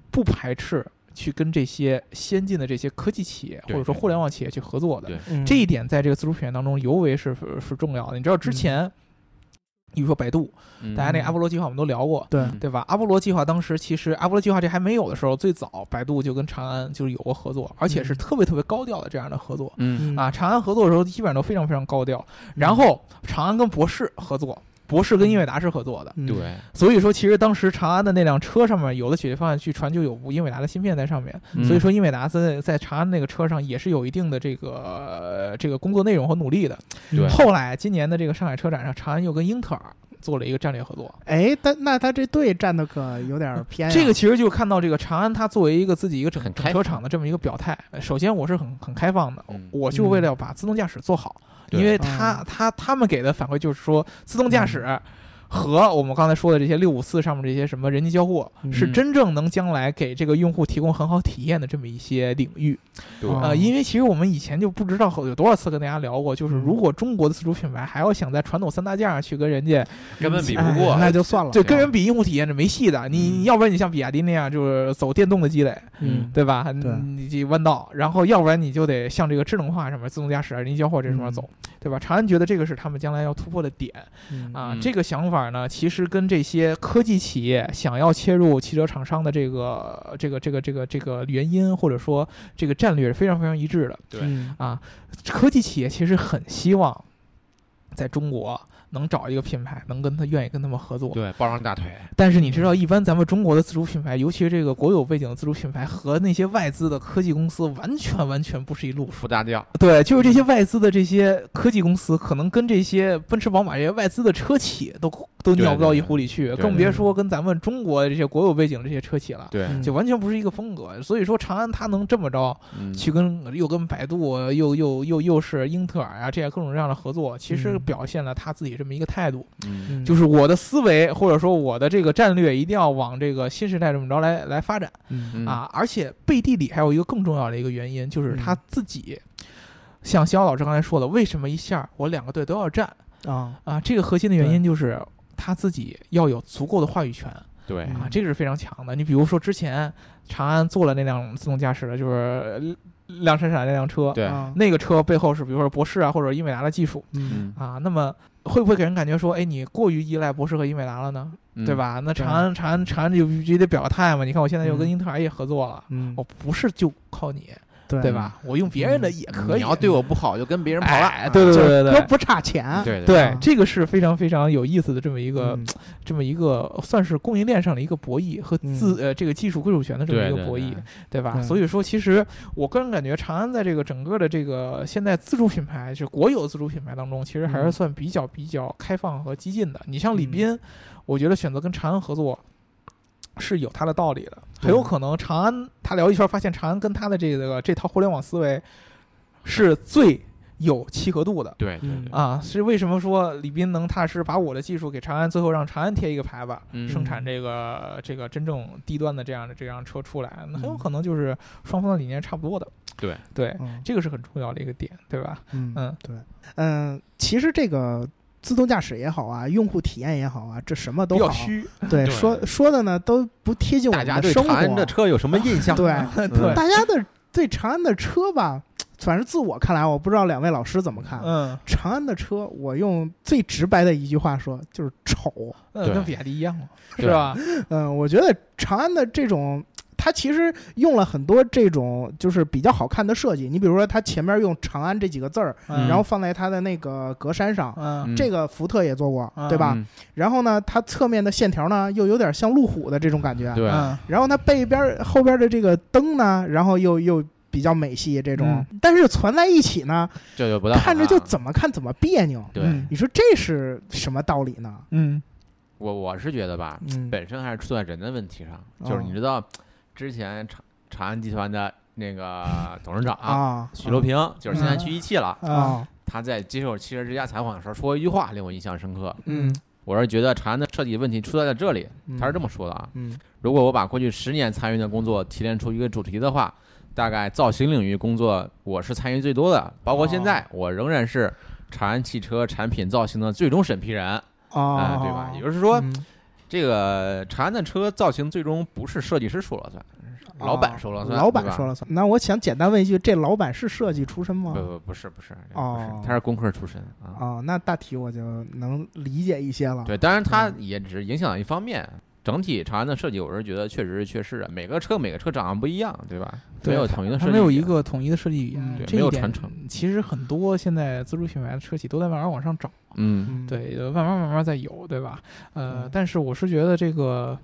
[SPEAKER 2] 不排斥去跟这些先进的这些科技企业或
[SPEAKER 3] 对
[SPEAKER 2] 者说
[SPEAKER 3] 对
[SPEAKER 2] 互联网企业去合作的
[SPEAKER 3] 对。
[SPEAKER 1] 嗯
[SPEAKER 2] 这一点在这个自主品牌当中尤为是是重要的。你知道之前，比如说百度，
[SPEAKER 3] 嗯
[SPEAKER 2] 大家那个阿波罗计划我们都聊过，
[SPEAKER 1] 对
[SPEAKER 3] 嗯
[SPEAKER 2] 对吧？阿波罗计划当时其实阿波罗计划这还没有的时候，最早百度就跟长安就是有过合作，而且是
[SPEAKER 1] 嗯
[SPEAKER 2] 特别特别高调的这样的合作。
[SPEAKER 3] 嗯
[SPEAKER 1] 嗯
[SPEAKER 2] 啊，长安合作的时候基本上都非常非常高调，然后长安跟博士合作，博士跟英伟达是合作的，
[SPEAKER 1] 嗯
[SPEAKER 3] 对，
[SPEAKER 2] 所以说其实当时长安的那辆车上面有了解决方案去传就有英伟达的芯片在上面，
[SPEAKER 3] 嗯
[SPEAKER 2] 所以说英伟达在在长安那个车上也是有一定的这个、呃这个工作内容和努力的。
[SPEAKER 3] 对
[SPEAKER 2] 后来今年的这个上海车展上，长安又跟英特尔做了一个战略合作。
[SPEAKER 1] 哎，但那他这队站的可有点偏哎呀。
[SPEAKER 2] 这个其实就看到这个长安，它作为一个自己一个整
[SPEAKER 3] 很
[SPEAKER 2] 整
[SPEAKER 3] 开放
[SPEAKER 2] 车厂的这么一个表态。呃首先，我是很很开放的
[SPEAKER 3] 嗯，
[SPEAKER 2] 我就为了要把自动驾驶做好，因为它它他们给的反馈就是说，自动驾驶
[SPEAKER 3] 嗯
[SPEAKER 2] 和我们刚才说的这些六五四上面这些什么人机交互，
[SPEAKER 1] 嗯
[SPEAKER 2] 是真正能将来给这个用户提供很好体验的这么一些领域。
[SPEAKER 3] 对
[SPEAKER 1] 啊
[SPEAKER 2] 呃，因为其实我们以前就不知道有多少次跟大家聊过，就是
[SPEAKER 3] 嗯
[SPEAKER 2] 如果中国的自主品牌还要想在传统三大件上去跟人家
[SPEAKER 3] 根本比
[SPEAKER 1] 哎
[SPEAKER 3] 不过，啊
[SPEAKER 1] 那就算了。
[SPEAKER 2] 对跟人比用户体验是没戏的。你
[SPEAKER 3] 嗯
[SPEAKER 2] 你要不然你像比亚迪那样就是走电动的积累，
[SPEAKER 1] 嗯
[SPEAKER 2] 对吧？你你弯道，然后要不然你就得向这个智能化上面、自动驾驶、啊人机交互这上面走，对吧？长安觉得这个是他们将来要突破的点
[SPEAKER 1] 嗯
[SPEAKER 2] 啊。
[SPEAKER 3] 嗯
[SPEAKER 2] 这个想法呢，其实跟这些科技企业想要切入汽车厂商的这个、这个、这个、这个、这个原因或者说这个战略是非常非常一致的。
[SPEAKER 3] 对
[SPEAKER 1] 嗯
[SPEAKER 2] 啊，科技企业其实很希望在中国能找一个品牌，能跟他愿意跟他们合作。
[SPEAKER 3] 对，抱上大腿，
[SPEAKER 2] 但是你知道，一般咱们中国的自主品牌，尤其是这个国有背景的自主品牌，和那些外资的科技公司完全完全不是一路数。
[SPEAKER 3] 不搭调，
[SPEAKER 2] 对，就是这些外资的这些科技公司，可能跟这些奔驰、宝马这些外资的车企都都
[SPEAKER 3] 对
[SPEAKER 2] 尿不到
[SPEAKER 3] 对
[SPEAKER 2] 一
[SPEAKER 3] 对
[SPEAKER 2] 壶里去，
[SPEAKER 3] 对
[SPEAKER 2] 更
[SPEAKER 3] 对
[SPEAKER 2] 别
[SPEAKER 1] 对
[SPEAKER 2] 说跟咱们中国这些国有背景的这些车企了。
[SPEAKER 3] 对，
[SPEAKER 1] 嗯
[SPEAKER 2] 就完全不是一个风格，所以说长安它能这么着，
[SPEAKER 3] 嗯
[SPEAKER 2] 去跟又跟百度又又又又是英特尔啊这样各种各样的合作，其实
[SPEAKER 1] 嗯
[SPEAKER 2] 表现了他自己这么一个态度，
[SPEAKER 3] 嗯
[SPEAKER 1] 嗯
[SPEAKER 2] 就是我的思维或者说我的这个战略一定要往这个新时代这么着来来发展
[SPEAKER 1] 嗯
[SPEAKER 3] 嗯
[SPEAKER 2] 啊！而且背地里还有一个更重要的一个原因，就是他
[SPEAKER 1] 嗯
[SPEAKER 2] 自己，像肖老师刚才说的，为什么一下我两个队都要站
[SPEAKER 3] 嗯
[SPEAKER 1] 啊，
[SPEAKER 2] 啊？这个核心的原因就是他自己要有足够的话语权。
[SPEAKER 3] 对，
[SPEAKER 1] 嗯
[SPEAKER 2] 啊，这个是非常强的。你比如说之前长安做了那辆自动驾驶的，就是呃亮闪闪那辆车，
[SPEAKER 3] 对，
[SPEAKER 1] 啊
[SPEAKER 2] 那个车背后是比如说博士啊或者英伟达的技术
[SPEAKER 1] 嗯
[SPEAKER 3] 嗯，
[SPEAKER 2] 啊，那么会不会给人感觉说，哎，你过于依赖博士和英伟达了呢？
[SPEAKER 3] 嗯
[SPEAKER 2] 对？吧？那长安长安长安就必须得表个态嘛。你看我现在又跟
[SPEAKER 1] 嗯
[SPEAKER 2] 英特尔也合作了，
[SPEAKER 1] 嗯
[SPEAKER 2] 我不是就靠你，
[SPEAKER 1] 对
[SPEAKER 2] 哦对？吧？我用别人的也可以。
[SPEAKER 3] 嗯你要对我不好，就跟别人跑了，
[SPEAKER 2] 哎，对
[SPEAKER 1] 嗯
[SPEAKER 2] 对
[SPEAKER 1] 就是
[SPEAKER 2] 对对
[SPEAKER 1] 哥
[SPEAKER 2] 对。
[SPEAKER 1] 不差钱。
[SPEAKER 3] 对
[SPEAKER 2] 对
[SPEAKER 1] 啊，
[SPEAKER 2] 这个是非常非常有意思的这么一个
[SPEAKER 1] 嗯
[SPEAKER 2] 这么一个算是供应链上的一个博弈和自、呃这个技术归属权的这么
[SPEAKER 3] 对
[SPEAKER 2] 一个
[SPEAKER 3] 对
[SPEAKER 2] 博弈，
[SPEAKER 3] 对
[SPEAKER 2] 吧？
[SPEAKER 1] 对
[SPEAKER 2] 所以说，其实我个人感觉，长安在这个整个的这个现在自主品牌，就是国有自主品牌当中，其实还是
[SPEAKER 1] 嗯
[SPEAKER 2] 算比较比较开放和激进的。你像李
[SPEAKER 1] 嗯
[SPEAKER 2] 斌，我觉得选择跟长安合作。是有它的道理的，很
[SPEAKER 1] 对
[SPEAKER 2] 有可能长安他聊一圈，发现长安跟他的这个这套互联网思维是最有契合度的。
[SPEAKER 3] 对对
[SPEAKER 1] 嗯
[SPEAKER 3] 对，
[SPEAKER 2] 啊，是为什么说李斌能踏实把我的技术给长安，最后让长安贴一个牌子，
[SPEAKER 3] 嗯
[SPEAKER 2] 生产这个这个真正低端的这样的这辆车出来？那很有
[SPEAKER 1] 嗯
[SPEAKER 2] 可能就是双方的理念差不多的。
[SPEAKER 3] 对
[SPEAKER 2] 对，
[SPEAKER 1] 嗯
[SPEAKER 2] 这个是很重要的一个点，对吧？
[SPEAKER 1] 嗯
[SPEAKER 2] 嗯，
[SPEAKER 1] 对，嗯，其实这个自动驾驶也好啊，用户体验也好啊，这什么
[SPEAKER 2] 比
[SPEAKER 3] 嗯
[SPEAKER 1] 都
[SPEAKER 2] 较
[SPEAKER 1] 好，
[SPEAKER 2] 虚，
[SPEAKER 1] 对，
[SPEAKER 3] 对
[SPEAKER 1] 说说的呢都不贴近我
[SPEAKER 3] 大
[SPEAKER 1] 们
[SPEAKER 3] 家
[SPEAKER 1] 的
[SPEAKER 3] 对
[SPEAKER 1] 生
[SPEAKER 3] 长安
[SPEAKER 1] 活。
[SPEAKER 3] 的车有什么印象？
[SPEAKER 1] 对，
[SPEAKER 2] 对，
[SPEAKER 1] 大家的对长安的车吧，反正自我看来，我不知道两位老师怎么看。
[SPEAKER 2] 嗯，
[SPEAKER 1] 长安的车，我用最直白的一句话说，就是丑。
[SPEAKER 2] 那
[SPEAKER 3] 对
[SPEAKER 2] 跟比亚迪一样嘛，是
[SPEAKER 3] 对
[SPEAKER 2] 吧？
[SPEAKER 1] 嗯，我觉得长安的这种，它其实用了很多这种就是比较好看的设计。你比如说，它前面用“长安”这几个字儿，
[SPEAKER 2] 嗯
[SPEAKER 1] 然后放在它的那个格栅上，
[SPEAKER 2] 嗯，
[SPEAKER 1] 这个福特也做过，
[SPEAKER 2] 嗯
[SPEAKER 1] 对吧？
[SPEAKER 3] 嗯
[SPEAKER 1] 然后呢，它侧面的线条呢，又有点像路虎的这种感觉。
[SPEAKER 3] 对，
[SPEAKER 2] 嗯
[SPEAKER 1] 然后它背边儿后边的这个灯呢，然后又又比较美系这种，但是攒在一起呢，
[SPEAKER 3] 这嗯就不大好
[SPEAKER 1] 看着就
[SPEAKER 3] 了
[SPEAKER 1] 怎么看怎么别扭。
[SPEAKER 3] 对
[SPEAKER 2] 嗯，
[SPEAKER 1] 你说这是什么道理呢？
[SPEAKER 2] 嗯
[SPEAKER 3] 我我是觉得吧，
[SPEAKER 1] 嗯，
[SPEAKER 3] 本身还是出在人的问题上，就是
[SPEAKER 1] 哦
[SPEAKER 3] 你知道之前长长安集团的那个董事长
[SPEAKER 1] 啊，
[SPEAKER 3] 许楼平，就是现在
[SPEAKER 2] 嗯
[SPEAKER 3] 去一汽了，
[SPEAKER 1] 啊，
[SPEAKER 3] 他在接受汽车之家采访的时候说一句话令我印象深刻，
[SPEAKER 1] 嗯
[SPEAKER 3] 我是觉得长安的彻底问题出在了这里，
[SPEAKER 1] 嗯
[SPEAKER 3] 他是这么说的啊，
[SPEAKER 1] 嗯
[SPEAKER 3] 如果我把过去十年参与的工作提炼出一个主题的话，
[SPEAKER 1] 哦
[SPEAKER 3] 大概造型领域工作我是参与最多的，包括现在我仍然是长安汽车产品造型的最终审批人啊、
[SPEAKER 1] 啊，
[SPEAKER 3] 对吧？也就是说，
[SPEAKER 1] 嗯
[SPEAKER 3] 这个长安的车造型最终不是设计师说了算，老板说了
[SPEAKER 1] 哦
[SPEAKER 3] 算，
[SPEAKER 1] 啊老板
[SPEAKER 3] 对吧
[SPEAKER 1] 说了算。那我想简单问一句，这老板是设计出身吗？
[SPEAKER 3] 不不不是不是不是
[SPEAKER 1] 哦
[SPEAKER 3] 他是工科出身啊。
[SPEAKER 1] 哦，那大体我就能理解一些
[SPEAKER 2] 啊
[SPEAKER 1] 了。
[SPEAKER 3] 对，当然他
[SPEAKER 1] 嗯
[SPEAKER 3] 也只是影响一方面。整体长安的设计，我是觉得确实是缺失的。每个车每个车长相不一样，对吧？
[SPEAKER 2] 对
[SPEAKER 3] 没有统一的设
[SPEAKER 2] 它
[SPEAKER 3] 计，
[SPEAKER 2] 没有一个统一的设计语言，
[SPEAKER 1] 嗯对
[SPEAKER 2] 这
[SPEAKER 3] 没有
[SPEAKER 2] 一点
[SPEAKER 3] 传承。
[SPEAKER 2] 其实很多现在自主品牌的车企都在慢慢往上涨，
[SPEAKER 3] 嗯
[SPEAKER 1] 嗯，
[SPEAKER 2] 对，呃慢慢慢慢在有，对吧？呃，
[SPEAKER 1] 嗯
[SPEAKER 2] 但是我是觉得这个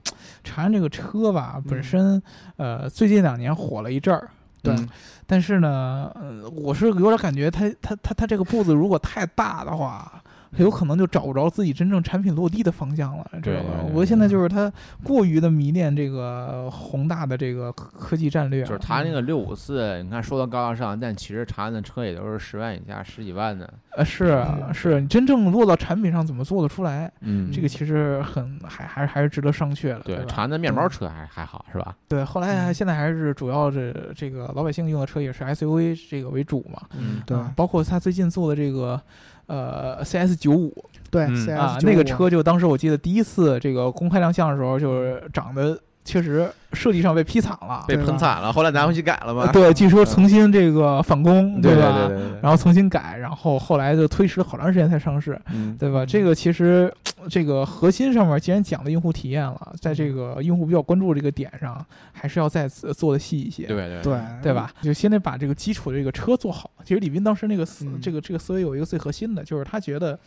[SPEAKER 2] 长安这个车吧，本
[SPEAKER 1] 嗯
[SPEAKER 2] 身呃最近两年火了一阵儿，
[SPEAKER 1] 对
[SPEAKER 3] 嗯
[SPEAKER 2] 但是呢，呃，我是有点感觉它它它它这个步子如果太大的话。有可能就找不着自己真正产品落地的方向了，知道
[SPEAKER 3] 嗯对
[SPEAKER 2] 吗
[SPEAKER 3] 对？对
[SPEAKER 2] 我现在就是它过于的迷恋这个宏大的这个科科技战略了，啊
[SPEAKER 3] 就是它那个六五四，你看说的高大上，但其实长安的车也都是十万以下、十几万的。
[SPEAKER 2] 呃，是
[SPEAKER 1] 嗯
[SPEAKER 2] 是，你真正落到产品上怎么做得出来？
[SPEAKER 3] 嗯
[SPEAKER 2] 这个其实很还还是还是值得商榷的，对
[SPEAKER 3] 对
[SPEAKER 2] 吧嗯
[SPEAKER 3] 长安的面包车还还好是吧？
[SPEAKER 2] 对，后来
[SPEAKER 1] 嗯
[SPEAKER 2] 现在还是主要这这个老百姓用的车也是 SUV 这个为主嘛，
[SPEAKER 1] 嗯，对
[SPEAKER 2] 啊包括他最近做的这个呃 CS 九五
[SPEAKER 1] 对
[SPEAKER 3] 嗯
[SPEAKER 1] ，CS
[SPEAKER 2] 啊，
[SPEAKER 1] 95
[SPEAKER 2] 那个车就当时我记得第一次这个公开亮相的时候，就是长得确实设计上被批惨了，
[SPEAKER 1] 对吧
[SPEAKER 3] 嗯惨了，后来拿回去改了
[SPEAKER 2] 呃对，据说重新这个返工，
[SPEAKER 3] 啊对
[SPEAKER 2] 吧？
[SPEAKER 3] 对对对对，
[SPEAKER 2] 然后重新改，然后后来就推迟了好长时间才上市，
[SPEAKER 3] 嗯
[SPEAKER 2] 对吧？
[SPEAKER 1] 嗯
[SPEAKER 2] 这个其实这个核心上面，既然讲的用户体验了，在这个用户比较关注这个点上，还是要再次做的细一些。
[SPEAKER 3] 对对
[SPEAKER 1] 对
[SPEAKER 2] 对？吧？就先得把这个基础的这个车做好。其实李斌当时那个思、
[SPEAKER 1] 嗯
[SPEAKER 2] 这个这个思维有一个最核心的，就是他觉得，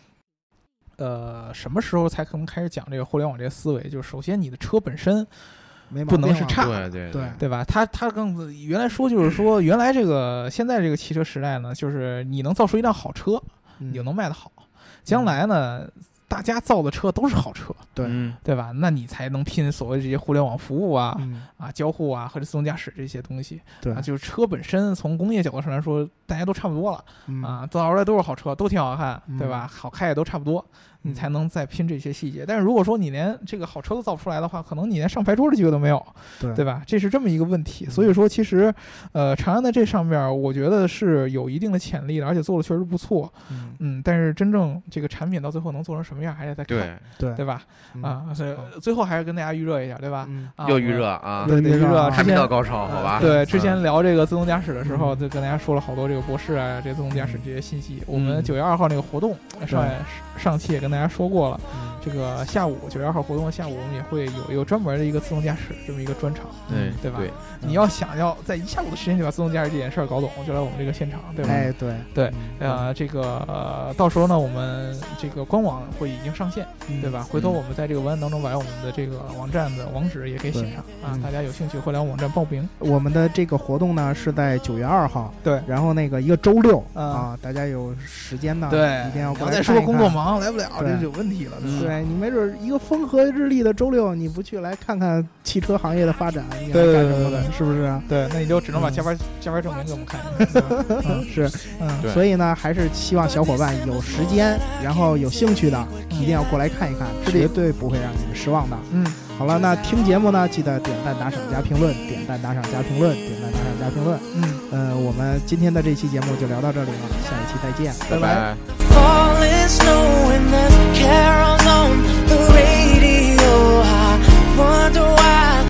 [SPEAKER 2] 呃，什么时候才可能开始讲这个互联网这个思维？就是首先你的车本身，
[SPEAKER 1] 没毛
[SPEAKER 2] 不能
[SPEAKER 1] 病
[SPEAKER 2] 是
[SPEAKER 1] 啊
[SPEAKER 2] 差
[SPEAKER 3] 对对
[SPEAKER 1] 对
[SPEAKER 2] 对吧？他他更原来说就是说，原来这个现在这个汽车时代呢，就是你能造出一辆好车，
[SPEAKER 1] 嗯
[SPEAKER 2] 你就能卖得好。将来呢，大家造的车都是好车，
[SPEAKER 1] 对
[SPEAKER 3] 嗯
[SPEAKER 2] 对吧？那你才能拼所谓这些互联网服务啊、
[SPEAKER 1] 嗯，
[SPEAKER 2] 啊交互啊和这自动驾驶这些东西。
[SPEAKER 1] 对
[SPEAKER 2] 啊，就是车本身从工业角度上来说，大家都差不多了
[SPEAKER 1] 嗯，
[SPEAKER 2] 啊，造出来都是好车，都挺好看，
[SPEAKER 1] 嗯
[SPEAKER 2] 对吧？好开也都差不多，你
[SPEAKER 1] 嗯
[SPEAKER 2] 才能再拼这些细节。但是如果说你连这个好车都造不出来的话，可能你连上牌桌的机会都没有，
[SPEAKER 1] 对嗯
[SPEAKER 2] 对吧？这是这么一个问题。所以说，其实呃，长安在这上面，我觉得是有一定的潜力的，而且做的确实不错。
[SPEAKER 1] 嗯
[SPEAKER 2] 嗯，但是真正这个产品到最后能做成什么样，还得再看，
[SPEAKER 3] 对，
[SPEAKER 1] 对
[SPEAKER 2] 对吧？
[SPEAKER 1] 嗯
[SPEAKER 2] 啊，所以
[SPEAKER 1] 好
[SPEAKER 2] 最后还是跟大家预热一下，对吧？
[SPEAKER 1] 嗯
[SPEAKER 2] 啊，
[SPEAKER 3] 又
[SPEAKER 2] 我
[SPEAKER 3] 预热啊，
[SPEAKER 2] 对，对
[SPEAKER 1] 对
[SPEAKER 2] 预热啊，
[SPEAKER 1] 还
[SPEAKER 3] 还
[SPEAKER 2] 之前
[SPEAKER 3] 没到高潮，好吧？
[SPEAKER 2] 对，之前
[SPEAKER 3] 嗯
[SPEAKER 2] 聊这个自动驾驶的时候，
[SPEAKER 1] 嗯
[SPEAKER 2] 就跟大家说了好多这个博士啊，这自动驾驶这些信息。我们
[SPEAKER 1] 嗯
[SPEAKER 2] 九月二号那个活动，上上期也跟大家说过了，
[SPEAKER 1] 嗯
[SPEAKER 2] 这个下午九月二号活动的下午，我们也会有一个专门的一个自动驾驶这么一个专场。
[SPEAKER 3] 对
[SPEAKER 2] 嗯对吧
[SPEAKER 3] 对，
[SPEAKER 1] 嗯
[SPEAKER 2] 你要想要在一下午的时间就把自动驾驶这件事儿搞懂，就来我们这个现场，对吧？
[SPEAKER 1] 哎对
[SPEAKER 2] 嗯对
[SPEAKER 1] 啊
[SPEAKER 2] 呃，这个、呃、到时候呢，我们这个官网会已经上线，
[SPEAKER 1] 嗯
[SPEAKER 2] 对吧？回头我们在这个文案当中把我们的这个网站的网址也给写上啊，
[SPEAKER 1] 嗯
[SPEAKER 2] 大家有兴趣会来网站报名。
[SPEAKER 1] 我们的这个活动呢是在九月二号，
[SPEAKER 2] 对
[SPEAKER 1] 然后那个一个周六
[SPEAKER 2] 嗯
[SPEAKER 1] 啊，大家有时间呢，
[SPEAKER 2] 对，
[SPEAKER 1] 啊一定要
[SPEAKER 2] 你
[SPEAKER 1] 过
[SPEAKER 2] 要
[SPEAKER 1] 来
[SPEAKER 2] 再
[SPEAKER 1] 看
[SPEAKER 2] 说
[SPEAKER 1] 一
[SPEAKER 2] 工
[SPEAKER 1] 看
[SPEAKER 2] 作忙来不了，这
[SPEAKER 1] 对嗯
[SPEAKER 2] 就有问题了，对吧？
[SPEAKER 1] 对你没准儿一个风和日丽的周六，你不去来看看汽车行业的发展，你还
[SPEAKER 2] 对对
[SPEAKER 1] 干什么
[SPEAKER 2] 对对
[SPEAKER 1] 呢？是不是啊？
[SPEAKER 2] 对，那你就只能把
[SPEAKER 1] 嗯
[SPEAKER 2] 加班、加班证明给我们看一下。对吧嗯
[SPEAKER 1] 是，
[SPEAKER 2] 嗯，
[SPEAKER 3] 对
[SPEAKER 1] 所以呢，还是希望小伙伴有时间，然后有兴趣的，
[SPEAKER 2] 嗯
[SPEAKER 1] 一定要过来看一看，绝对不会让你们失望的。
[SPEAKER 2] 嗯，
[SPEAKER 1] 好了，那听节目呢，记得点赞、打赏、加评论，点赞、打赏、加评论，点赞、打赏、加评论。
[SPEAKER 2] 嗯，
[SPEAKER 1] 呃，我们今天的这期节目就聊到这里了，下一期再见。
[SPEAKER 2] 拜
[SPEAKER 3] 拜
[SPEAKER 2] 拜
[SPEAKER 3] 拜。
[SPEAKER 4] falling snow and there's carol